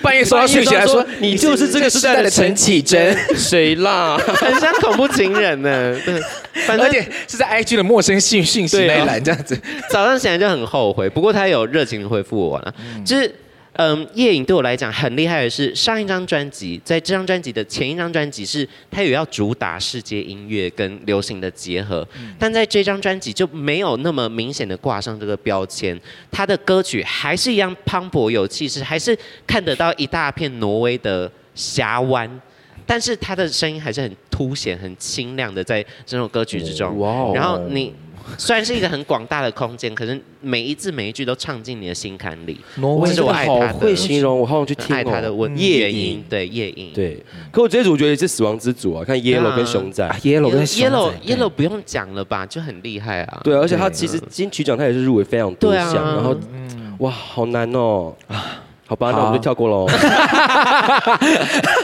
Speaker 1: 半夜收到讯息来说，
Speaker 2: 你就是这个时代的陈
Speaker 1: 绮贞，
Speaker 2: 谁啦？
Speaker 3: 很像恐怖情人呢。对，反
Speaker 1: 而
Speaker 3: 正
Speaker 1: 且是在 IG 的陌生信讯息
Speaker 2: 啊
Speaker 1: 那一栏这样子。
Speaker 3: 早上起来就很后悔，不过他有热情地回复我了，就是。嗯，叶颖对我来讲很厉害的是，上一张专辑，在这张专辑的前一张专辑是他也要主打世界音乐跟流行的结合，但在这张专辑就没有那么明显的挂上这个标签。他的歌曲还是一样磅礴有气势，还是看得到一大片挪威的峡湾，但是他的声音还是很凸显、很清亮的在这首歌曲之中。
Speaker 2: 哇哦
Speaker 3: 然后你虽然是一个很广大的空间，可是每一字每一句都唱进你的心坎里。
Speaker 1: 挪
Speaker 3: 威
Speaker 1: 威
Speaker 3: 这是我爱他的
Speaker 2: 好会形容，我好想去听
Speaker 3: 爱他的
Speaker 2: 哦。
Speaker 3: 问
Speaker 1: 嗯
Speaker 3: 夜
Speaker 2: 夜
Speaker 3: 莺
Speaker 2: 莺，
Speaker 3: 对夜莺，
Speaker 2: 对，可我觉得主角也是死亡之组啊，看 Yellow 跟熊
Speaker 3: 啊
Speaker 2: 仔。
Speaker 1: ，Yellow 跟
Speaker 3: yellow yellow 不用讲了吧，就很厉害啊。
Speaker 2: 对，而且他其
Speaker 1: 呃
Speaker 2: 实金曲奖他也是入围非常多
Speaker 3: 对啊
Speaker 2: 项，然后
Speaker 1: 嗯
Speaker 2: 哇，好难哦。
Speaker 1: 啊
Speaker 2: 好吧，那我们就跳过 喽。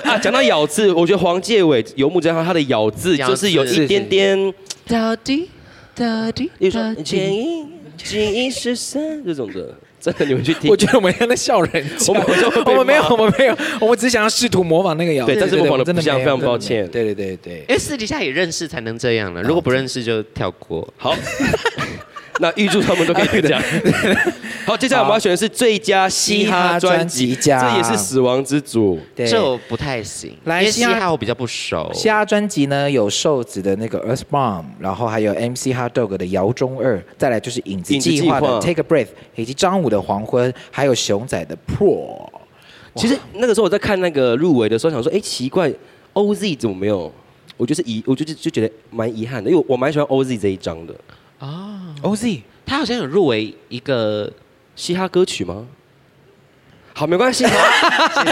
Speaker 2: 啊，讲到咬字，我觉得黄介伟、游牧真他他的咬字就是有一点点，
Speaker 4: 到底到底
Speaker 2: 例如
Speaker 4: 到
Speaker 2: 说
Speaker 4: 底
Speaker 2: 建议建 议十三这种的，真的你们去听。
Speaker 1: 我觉得我们在那笑人家，
Speaker 2: 我们就会被
Speaker 1: 我们没有，
Speaker 2: 骂
Speaker 1: 我们没有，我们只是想要试图模仿那个咬字。
Speaker 2: 对但是模仿得不像
Speaker 1: 对对对
Speaker 2: 非常抱歉哎
Speaker 1: 对对对对
Speaker 3: 因，为私底下也认识才能这样了，如
Speaker 1: 哦
Speaker 3: 果不认识就跳过。
Speaker 2: 好，那预祝他们都
Speaker 1: 啊
Speaker 2: 可以得奖。好，接下来我们要选的是最佳嘻哈专辑
Speaker 1: 嘻哈专
Speaker 2: 这
Speaker 1: 辑啊
Speaker 2: 也
Speaker 1: 奖
Speaker 2: 是死亡之组。
Speaker 1: 对
Speaker 3: 这我不太行，
Speaker 1: 来
Speaker 3: 因为嘻
Speaker 1: 嘻哈
Speaker 3: 哈我比较不
Speaker 2: 哦
Speaker 3: 熟。
Speaker 1: 嘻哈专辑呢有瘦子的那个 Earth Bomb，然后还有 MC Hot Dog 的摇中二，再来就是影子
Speaker 2: 影子计
Speaker 1: 计划
Speaker 2: 划
Speaker 1: 的 Take a Breath，以及张武的黄昏，还有熊仔的 Pro。
Speaker 2: 其实那个时候我在看那个入围的时候，想说，哎、奇怪，OZ 怎么没有？我就是遗，我就就就觉得蛮遗憾的，因为我我蛮喜欢 OZ 这一张的
Speaker 3: 哦，
Speaker 1: OZ
Speaker 3: 他好像有入围一个
Speaker 2: 嘻哈歌曲吗？好，没关 系，好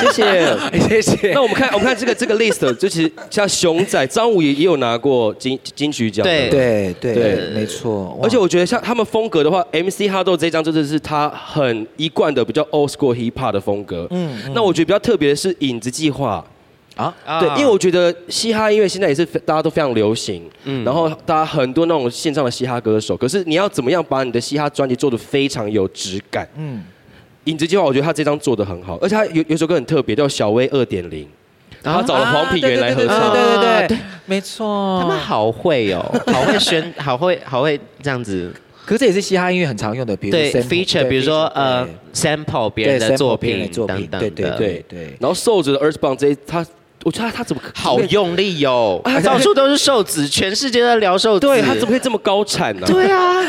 Speaker 2: 谢谢。
Speaker 1: 谢谢
Speaker 2: 那。我们看，我们看这个这个 list，就其实像熊仔、张武也也有拿过金金曲奖的，
Speaker 3: 对
Speaker 1: 对对
Speaker 2: 对
Speaker 1: 没错。
Speaker 2: 而且我觉得像他们风格的话，MC Hardo 这一张真的是他很一贯的比较 old school hip hop 的风格。嗯，那我觉得比较特别的是影子计划。
Speaker 1: 啊，
Speaker 3: 啊
Speaker 2: 对，因为我觉得嘻哈音乐现在也是非大家都非常流行，嗯，然后大家很多那种线上的嘻哈歌手，可是你要怎么样把你的嘻哈专辑做得非常有质感？
Speaker 1: 嗯，
Speaker 2: 影子计划我觉得他这张做得很好，而且他有有首歌很特别，叫《小薇二点零》，他找了黄品源来合
Speaker 1: 啊
Speaker 2: 唱。
Speaker 1: 对对对对对
Speaker 3: 啊
Speaker 1: 对
Speaker 3: 对，
Speaker 1: 没错。
Speaker 3: 他们好会 哦，好会宣，好会好会这样子。
Speaker 1: 可是这也是嘻哈音乐很常用的，比如
Speaker 3: 对
Speaker 1: sample，
Speaker 3: feature，比如说呃 sample 别人
Speaker 1: 对
Speaker 3: 的
Speaker 1: sample
Speaker 3: 作
Speaker 1: 别人的
Speaker 3: 品
Speaker 1: 作品
Speaker 3: 等等
Speaker 1: 对
Speaker 3: 的，
Speaker 1: 对
Speaker 2: 对
Speaker 1: 对
Speaker 2: 对，然后受着的 Earthbound 这一他，我觉得他他怎么
Speaker 3: 好用力 哟、
Speaker 2: 哎
Speaker 3: 到处都是瘦子，全世界都在聊瘦子。
Speaker 2: 对他怎么可以这么高产呢、
Speaker 3: 对啊，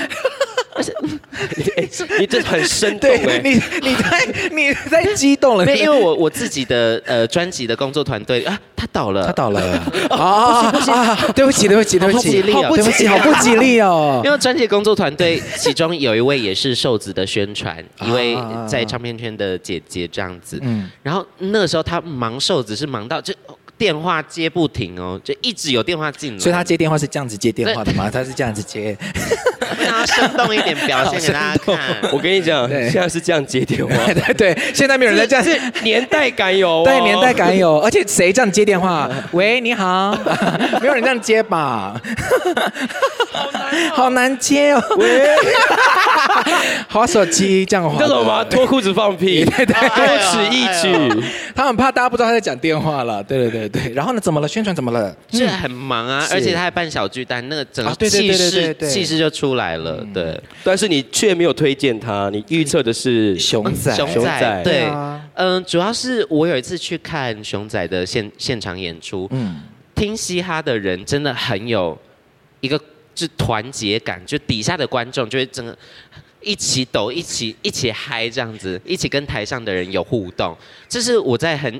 Speaker 2: 你这很生动哎、
Speaker 1: 对，你你太你太激动了，
Speaker 3: 没有因为我我自己的呃专辑的工作团队啊，他倒了，
Speaker 1: 他倒了啊！不行不行，对不起对不起对不起，
Speaker 3: 好
Speaker 1: 好
Speaker 3: 不
Speaker 1: 不吉啊
Speaker 3: 吉利
Speaker 1: 好
Speaker 3: 哦
Speaker 1: 不吉利哦
Speaker 3: 因。为专辑工作团队其中有一位也是瘦子的宣 传，一位在唱片圈的姐姐这样子。
Speaker 1: 嗯
Speaker 3: 嗯，然后那时候她忙瘦子是忙到就电话接不停哦，就一直有电话进 来，
Speaker 1: 所以他接电话是这样子接电话的吗？他是这样子接，
Speaker 3: 让她生动一点表现给大家 看。
Speaker 2: 我跟你讲，
Speaker 1: 对
Speaker 2: 现在是这样接电话，
Speaker 1: 对对对，现在没有人在这样，
Speaker 2: 是年代感有、哦，
Speaker 1: 对年代。感有，而且谁这样接电话？喂，你好，没有人这样接吧？好难接哦，
Speaker 2: 喂，
Speaker 1: 滑手机这样滑
Speaker 2: 你知道什么吗？脱裤子放 屁，
Speaker 1: 对对
Speaker 2: 多此一举。
Speaker 1: 他很怕大家不知道他在讲电话了。对对对对，然后呢？怎么了？宣传怎么了？
Speaker 3: 这很忙啊，
Speaker 1: 嗯是
Speaker 3: 而且他还办小巨蛋，那个整
Speaker 1: 啊
Speaker 3: 个
Speaker 1: 对对
Speaker 3: 气
Speaker 1: 对对对
Speaker 3: 势
Speaker 1: 对嗯
Speaker 3: 气势就出来了，对。
Speaker 2: 但是你却没有推荐他，你预测的是
Speaker 1: 熊仔，
Speaker 3: 嗯熊
Speaker 2: 熊仔
Speaker 3: 仔
Speaker 1: 对
Speaker 3: 对
Speaker 1: 啊，
Speaker 3: 嗯，主要是我有一次去看熊仔的现现场演出，
Speaker 1: 嗯，
Speaker 3: 听嘻哈的人真的很有一个就是团结感，就底下的观众就会整个一起抖、一起一起嗨这样子，一起跟台上的人有互动。这是我在很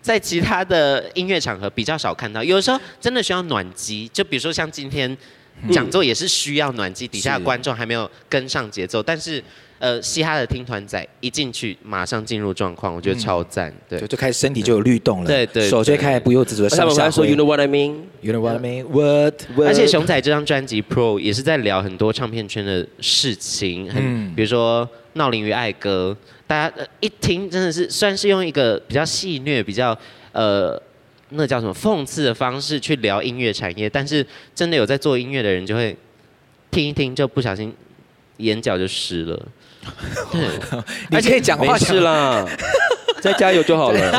Speaker 3: 在其他的音乐场合比较少看到，有时候真的需要暖机，就比如说像今天。讲座也是需要暖机，底下的观众还没有跟上节奏，但是，呃，嘻哈的听团仔一进去马上进入状况，我觉得超赞。对
Speaker 1: 就，就开始身体就有律动了，
Speaker 3: 对对
Speaker 1: 手就会开始不由自主的
Speaker 2: 而且他
Speaker 1: 上
Speaker 2: 们
Speaker 1: 下
Speaker 2: 还说
Speaker 1: 挥。
Speaker 2: ，You know what I mean？
Speaker 1: You know what I mean? What?
Speaker 3: 而且熊仔这张专辑《Pro》也是在聊很多唱片圈的事情，很、
Speaker 1: 嗯
Speaker 3: 比如说《闹铃与爱歌》，大家、呃、一听真的是算是用一个比较戏谑、比较呃那叫什么讽刺的方式去聊音乐产业，但是真的有在做音乐的人就会听一听就不小心眼角就湿 了。对，
Speaker 1: 你可以讲话
Speaker 2: 没事
Speaker 1: 了。
Speaker 2: 啦， 再加油就好了。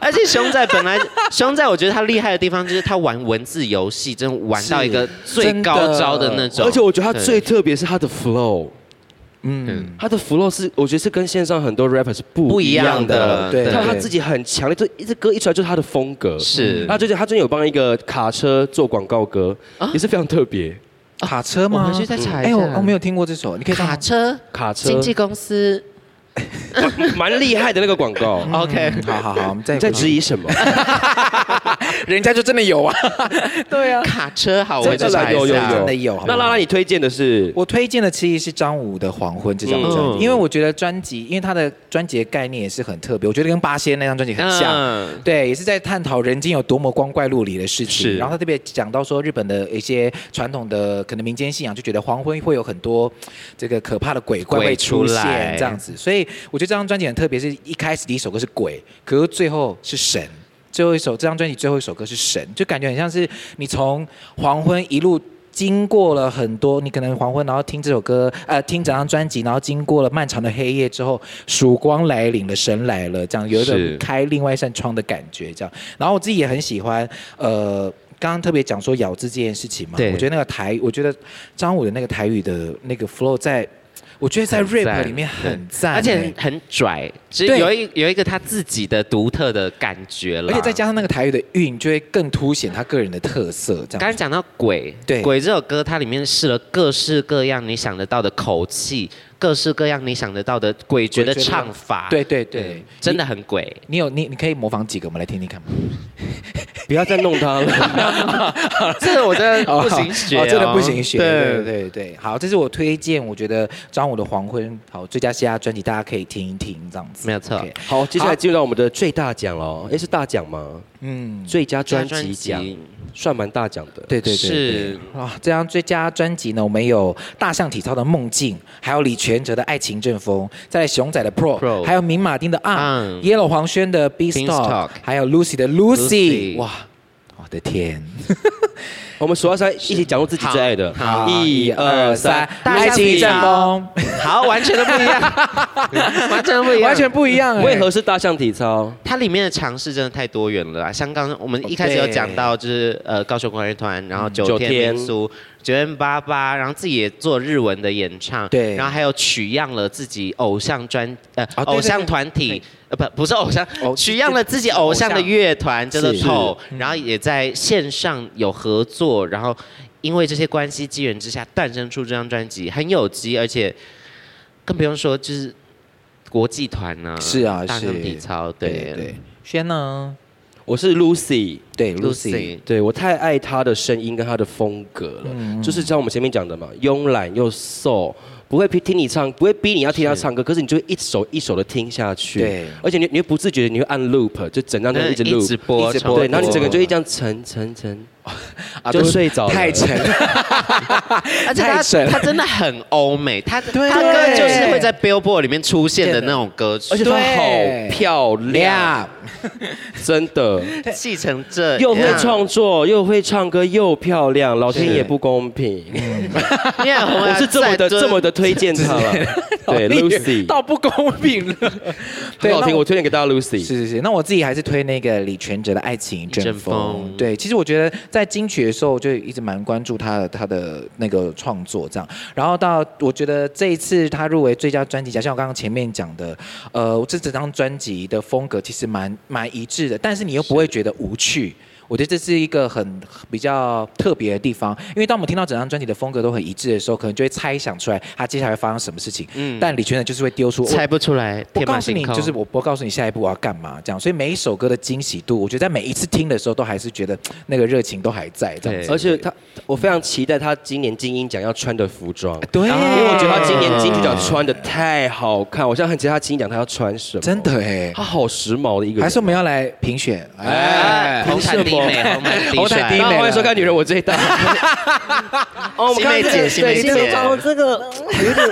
Speaker 3: 而且熊仔本来熊仔，我觉得他厉害的地方就是他玩文字游戏，真的玩到一个最
Speaker 1: 真的
Speaker 3: 高招的那种。
Speaker 2: 而且我觉得他
Speaker 3: 对
Speaker 2: 最特别是他的 flow，
Speaker 1: 嗯，
Speaker 2: 他的 flow 是我觉得是跟线上很多 rapper 是不
Speaker 3: 不
Speaker 2: 一
Speaker 3: 一
Speaker 2: 样
Speaker 3: 样
Speaker 2: 的。
Speaker 3: 的，
Speaker 1: 对
Speaker 2: 他他自己很强烈，就一支歌一出来就是他的风格。
Speaker 3: 是
Speaker 2: 他最近他最近有帮一个卡车做广告歌，也是非常特别。
Speaker 1: 卡车吗？
Speaker 3: 我回去再查一
Speaker 1: 哎，我
Speaker 3: 下
Speaker 1: 我没有听过这首，你可以唱吗
Speaker 3: 卡车
Speaker 2: 卡车
Speaker 4: 经纪公司
Speaker 2: 蛮厉害的那个广 告。
Speaker 3: ，OK，
Speaker 1: 嗯好好好，我们再
Speaker 2: 你在质疑什么？
Speaker 1: 人家就真的有啊。 对啊，
Speaker 3: 卡车
Speaker 2: 哦
Speaker 3: 好，我
Speaker 1: 真
Speaker 3: 就
Speaker 1: 的
Speaker 3: 查
Speaker 1: 来
Speaker 3: 一
Speaker 1: 有有
Speaker 3: 下
Speaker 1: 有真。的有好不
Speaker 2: 那
Speaker 1: 好
Speaker 2: 拉拉，你推荐的是
Speaker 1: 我推荐的其实是张武的《黄昏》这张专辑，
Speaker 3: 嗯
Speaker 1: 因为我觉得专辑，因为他的专辑的概念也是很特别，我觉得跟八仙那张专辑很像。
Speaker 3: 嗯
Speaker 1: 对，也是在探讨人间有多么光怪陆离的事情。
Speaker 3: 是
Speaker 1: 然后他特别讲到说，日本的一些传统的可能民间信仰就觉得黄昏会有很多这个可怕的鬼怪
Speaker 3: 鬼
Speaker 1: 会出
Speaker 3: 出
Speaker 1: 现
Speaker 3: 来
Speaker 1: 这样子，所以我觉得这张专辑很特别，是一开始第一首歌是鬼，可是最后是神。最后一首这张专辑最后一首歌是神，就感觉很像是你从黄昏一路。经过了很多，你可能黄昏，然后听这首歌，呃，听整张专辑，然后经过了漫长的黑夜之后，曙光来临了，神来了，这样有一种
Speaker 3: 是
Speaker 1: 开另外一扇窗的感觉，这样。然后我自己也很喜欢，呃，刚刚特别讲说咬字这件事情嘛，
Speaker 3: 对
Speaker 1: 我觉得那个台，我觉得张武的那个台语的那个 flow 在，我觉得在
Speaker 3: 很赞
Speaker 1: rap 里面很赞欸，
Speaker 3: 而且很拽，其实
Speaker 1: 对
Speaker 3: 有一有一个他自己的独特的感觉了。
Speaker 1: 而且再加上那个台语的韵，就会更凸显他个人的特色，这
Speaker 3: 刚
Speaker 1: 样
Speaker 3: 才
Speaker 1: 子。
Speaker 3: 讲到鬼，
Speaker 1: 对
Speaker 3: 鬼这首歌它里面试了各式各样你想得到的口气，各式各样你想得到的诡谲的
Speaker 1: 诡谲的
Speaker 3: 唱法，
Speaker 1: 对对对
Speaker 3: 嗯真的很鬼。
Speaker 1: 你有你，你可以模仿几个，我们来听听看吗？
Speaker 2: 不要再弄他 了。
Speaker 3: 这个我真的不行学、
Speaker 1: 哦，真的不行学。对
Speaker 3: 对
Speaker 1: 对对，好，这是我推荐，我觉得《张武的黄昏》好最佳嘻哈专辑，大家可以听一听，这样子。
Speaker 3: 没有错
Speaker 1: OK，
Speaker 2: 好，接下来进入到我们的最大奖了，哎，是大奖吗？
Speaker 1: 嗯，
Speaker 2: 最佳专
Speaker 3: 专
Speaker 2: 辑
Speaker 3: 辑
Speaker 2: 奖，算蛮大奖的。
Speaker 1: 对对对
Speaker 3: 是
Speaker 1: 对啊，这张最佳专辑呢，我们有大象体操的《梦境》，还有李全哲的《爱情阵风》，再来熊仔的 Pro，,
Speaker 3: Pro
Speaker 1: 还有明马丁的 On，
Speaker 3: On、
Speaker 1: Yellow 黄轩的 B Stock，
Speaker 3: Beanstalk
Speaker 1: 还有 Lucy 的 Lucy，
Speaker 3: Lucy
Speaker 1: 哇，我的天！
Speaker 2: 我们数到三，一起讲出自己最爱的。
Speaker 3: 好
Speaker 2: 一二三，
Speaker 1: 爱情阵风，
Speaker 3: 好，完全都不 一样，完全不一样，
Speaker 1: 完全不一样、欸。
Speaker 2: 为何是大象体操？
Speaker 3: 它里面的尝试真的太多元了啦，啊像刚我们一开始有讲到，
Speaker 1: 哦
Speaker 3: 就是呃高雄管乐团，然后
Speaker 1: 嗯
Speaker 2: 九
Speaker 3: 九
Speaker 2: 天
Speaker 3: 天民俗、九天八八，然后自己也做日文的演唱，
Speaker 1: 对
Speaker 3: 然后还有取样了自己偶像专呃、
Speaker 1: 啊对对
Speaker 3: 偶像团体。呃不不是偶像
Speaker 1: 偶，
Speaker 3: 取样了自己偶像的乐团叫做
Speaker 1: 是
Speaker 3: 透，然后也在线上有合作，然后因为这些关系机缘之下诞生出这张专辑，很有机，而且更不用说就是国际团呢、
Speaker 1: 是啊
Speaker 3: 大
Speaker 1: 是
Speaker 3: 象体操，
Speaker 1: 对对，轩呢？
Speaker 2: 我是 Lucy。
Speaker 1: 对 Lucy，
Speaker 3: Lucy，
Speaker 2: 对我太爱他的声音跟他的风格了，就是像我们前面讲的嘛，慵懒又 soul，不会逼听你唱，不会逼你要听他唱歌，可是你就会一首一首的听下去，
Speaker 1: 对
Speaker 2: 而且你你会不自觉的你会按 loop，就整张就一直 loop，
Speaker 3: 一直播，
Speaker 1: 一直播
Speaker 2: 对，然后你整个就
Speaker 1: 一
Speaker 2: 会这样沉沉沉，
Speaker 1: 啊
Speaker 2: 就
Speaker 1: 对
Speaker 2: 睡着了
Speaker 1: 太沉了，
Speaker 3: 而且
Speaker 1: 太
Speaker 3: 他
Speaker 1: 神了
Speaker 3: 他真的很欧美，他他
Speaker 1: 对
Speaker 3: 歌就是会在 Billboard 里面出现的那种歌曲，
Speaker 2: 而且她
Speaker 1: 对
Speaker 2: 好漂亮，
Speaker 1: 亮，
Speaker 2: 真 的，
Speaker 3: 气成这样，
Speaker 2: 又会创作又会唱歌又漂亮，老天
Speaker 3: 是
Speaker 2: 也不公平，
Speaker 3: 你很红啊，
Speaker 2: 我是这么的这么的推荐她了， 对 Lucy，
Speaker 1: 到不公平了。
Speaker 2: 很好
Speaker 1: 那
Speaker 2: 听，我推荐给大家 Lucy。
Speaker 1: 是是是，那我自己还是推那个李全哲的《爱情一阵
Speaker 3: 一阵
Speaker 1: 风》
Speaker 3: 风
Speaker 1: 对，其实我觉得在金曲的时候，我就一直蛮关注他的他的那个创作这样。然后到我觉得这一次他入围最佳专辑奖，像我刚刚前面讲的，呃，这整张专辑的风格其实蛮蛮一致的，但是你又不会觉得无趣。我觉得这是一个很比较特别的地方，因为当我们听到整张专辑的风格都很一致的时候，可能就会猜想出来他接下来会发生什么事情。嗯，但李全哲就是会丢出
Speaker 3: 猜不出来，
Speaker 1: 我
Speaker 3: 天马
Speaker 1: 告诉
Speaker 3: 行
Speaker 1: 你，
Speaker 3: 空，
Speaker 1: 就是我不告诉你下一步我要干嘛这样，所以每一首歌的惊喜度，我觉得在每一次听的时候，都还是觉得嘖那个热情都还在这样
Speaker 3: 对
Speaker 1: 子。
Speaker 2: 而且他，我非常期待他今年金鹰奖要穿的服装，
Speaker 1: 对，因
Speaker 2: 因为我觉得他
Speaker 3: 它
Speaker 2: 今年金曲奖穿的太好看，我现在很期待他金鹰奖他要穿什 么。
Speaker 1: 真，的哎，
Speaker 2: 他好时髦的一个人。
Speaker 1: 还是我们要来评选？
Speaker 2: 哎
Speaker 1: 哎，
Speaker 3: 红毯低眉，红毯低
Speaker 1: 红毯低眉
Speaker 2: 大家欢迎
Speaker 1: 了
Speaker 2: 收看《女人我最大》。 哦，我
Speaker 3: 西妹姐西妹姐
Speaker 2: 这个有点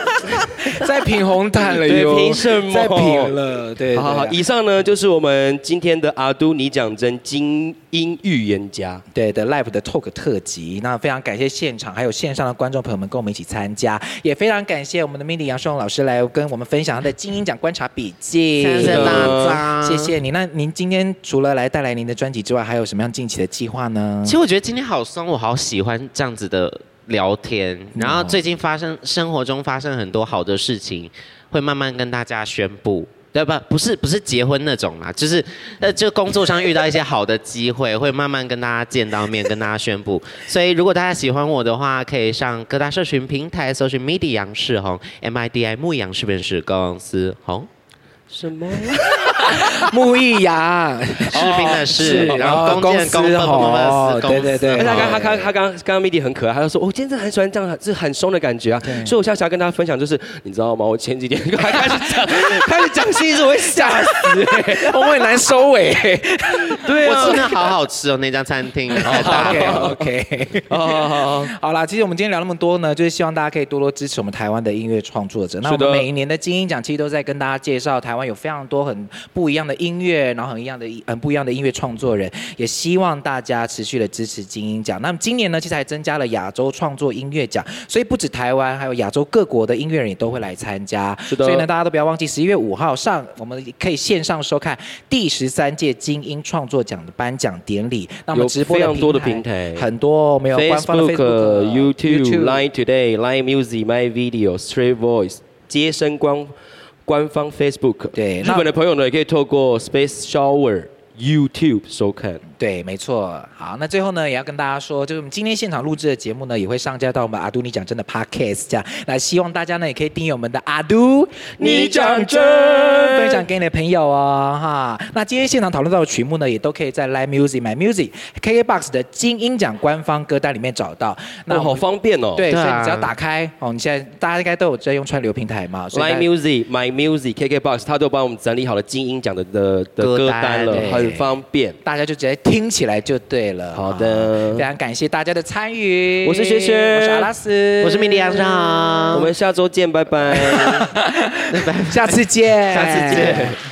Speaker 1: 在评红毯了哟，
Speaker 2: 对凭什么
Speaker 1: 在评了，对，
Speaker 2: 好好好。
Speaker 1: 对啊
Speaker 2: 以上呢就是我们今天的阿都你讲真金鹰预言家。
Speaker 1: 对的 Live 的 Talk 特辑，那非常感谢现场还有线上的观众朋友们跟我们一起参加，也非常感谢我们的 Mindy 杨世荣老师来跟我们分享他的金鹰奖观察笔记，
Speaker 3: 谢谢大家，
Speaker 1: 呃谢谢你。那您今天除了来带来您的专辑之外，还有什么样近期的计划呢
Speaker 3: 其？实我觉得今天好松，我好喜欢这样子的聊天。
Speaker 1: 嗯
Speaker 3: 然后最近发生生活中发生很多好的事情，会慢慢跟大家宣布。对吧？不是不是结婚那种啦，就是
Speaker 1: 嗯
Speaker 3: 呃，就工作上遇到一些好的机会，会慢慢跟大家见到面，跟大家 宣布。所以如果大家喜欢我的话，可以上各大社群平台搜寻 MIDI 杨世宏，M I D I 牧羊是不是公司 红？
Speaker 2: 什么？
Speaker 1: 木易雅，
Speaker 3: 士兵的士，
Speaker 1: 是哦
Speaker 3: 然后弓
Speaker 1: 公
Speaker 3: 箭弓
Speaker 1: 司
Speaker 3: 蹦蹦蹦
Speaker 1: 吼
Speaker 3: 蹦公司
Speaker 1: 对对对
Speaker 2: 而且哎他
Speaker 1: 哦
Speaker 2: 刚他刚他刚刚刚 MIDI 很可爱，他就说我、哦、今天真的很喜欢这样，这很松的感觉啊。所以我现在想要跟大家分享，就是你知道吗？我前几天 还开始讲，开始讲新一我会吓 死、欸。
Speaker 1: 我很难收 尾。
Speaker 2: 对
Speaker 3: 我真的好好吃哦，那家餐厅好大
Speaker 1: OK OK，
Speaker 2: 好好好好，
Speaker 1: 好啦，其实我们今天聊那么多呢，就是希望大家可以多多支持我们台湾的音乐创作者。那我
Speaker 2: 是
Speaker 1: 们
Speaker 2: 的
Speaker 1: 每一年的金鹰奖其实都在跟大家介绍台湾有非常多很不一样的音乐，然后很一样的很不一样的音乐创作人，也希望大家持续的支持金鹰奖。那么今年呢，其实还增加了亚洲创作音乐奖，所以不止台湾，还有亚洲各国的音乐人也都会来参加。
Speaker 2: 是的
Speaker 1: 所以呢，大家都不要忘记十一月五号上，我们可以线上收看第十三届金鹰创作奖的颁奖典礼。那我们
Speaker 2: 有
Speaker 1: 直播
Speaker 2: 非
Speaker 1: 的
Speaker 2: 常多的平台
Speaker 1: 很多哦没有官方的
Speaker 2: Facebook、呃
Speaker 1: Facebook、
Speaker 2: YouTube、Line Today、Line Music、My Video、Street Voice、接生官官方 Facebook。
Speaker 1: 对
Speaker 2: 日
Speaker 1: 那
Speaker 2: 本的朋友呢，也可以透过 Space Shower。 YouTube 收看。
Speaker 1: 对，没错。好，那最后呢，也要跟大家说，就是我们今天现场录制的节目呢，也会上架到我们阿都你讲真的 Podcast 这样。那希望大家呢，也可以订阅我们的阿都
Speaker 2: 你讲真
Speaker 1: 分享给你的朋友哦，哈。那今天现场讨论到的曲目呢，也都可以在 Live Music、My Music、KKBox 的金鹰奖官方歌单里面找到。那
Speaker 2: 那
Speaker 1: 我们
Speaker 2: 好方便哦。
Speaker 1: 对，
Speaker 3: 对啊
Speaker 1: 所以你只要打开哦，你现在大家应该都有在用串流平台嘛，所以大
Speaker 2: Line
Speaker 1: 家
Speaker 2: Music、My Music、KKBox，它都帮我们整理好了金鹰奖的的的
Speaker 3: 歌
Speaker 2: 歌
Speaker 3: 单
Speaker 2: 单了，
Speaker 1: 对
Speaker 2: 很方便。
Speaker 1: 大家就直接听起来就对了。
Speaker 2: 好的
Speaker 1: 啊非常感谢大家的参与。
Speaker 2: 我是轩轩
Speaker 1: 我是阿拉斯，
Speaker 3: 我是米莉亚莎，
Speaker 2: 我们下周见，拜拜。
Speaker 1: 下次见，
Speaker 3: 下次见。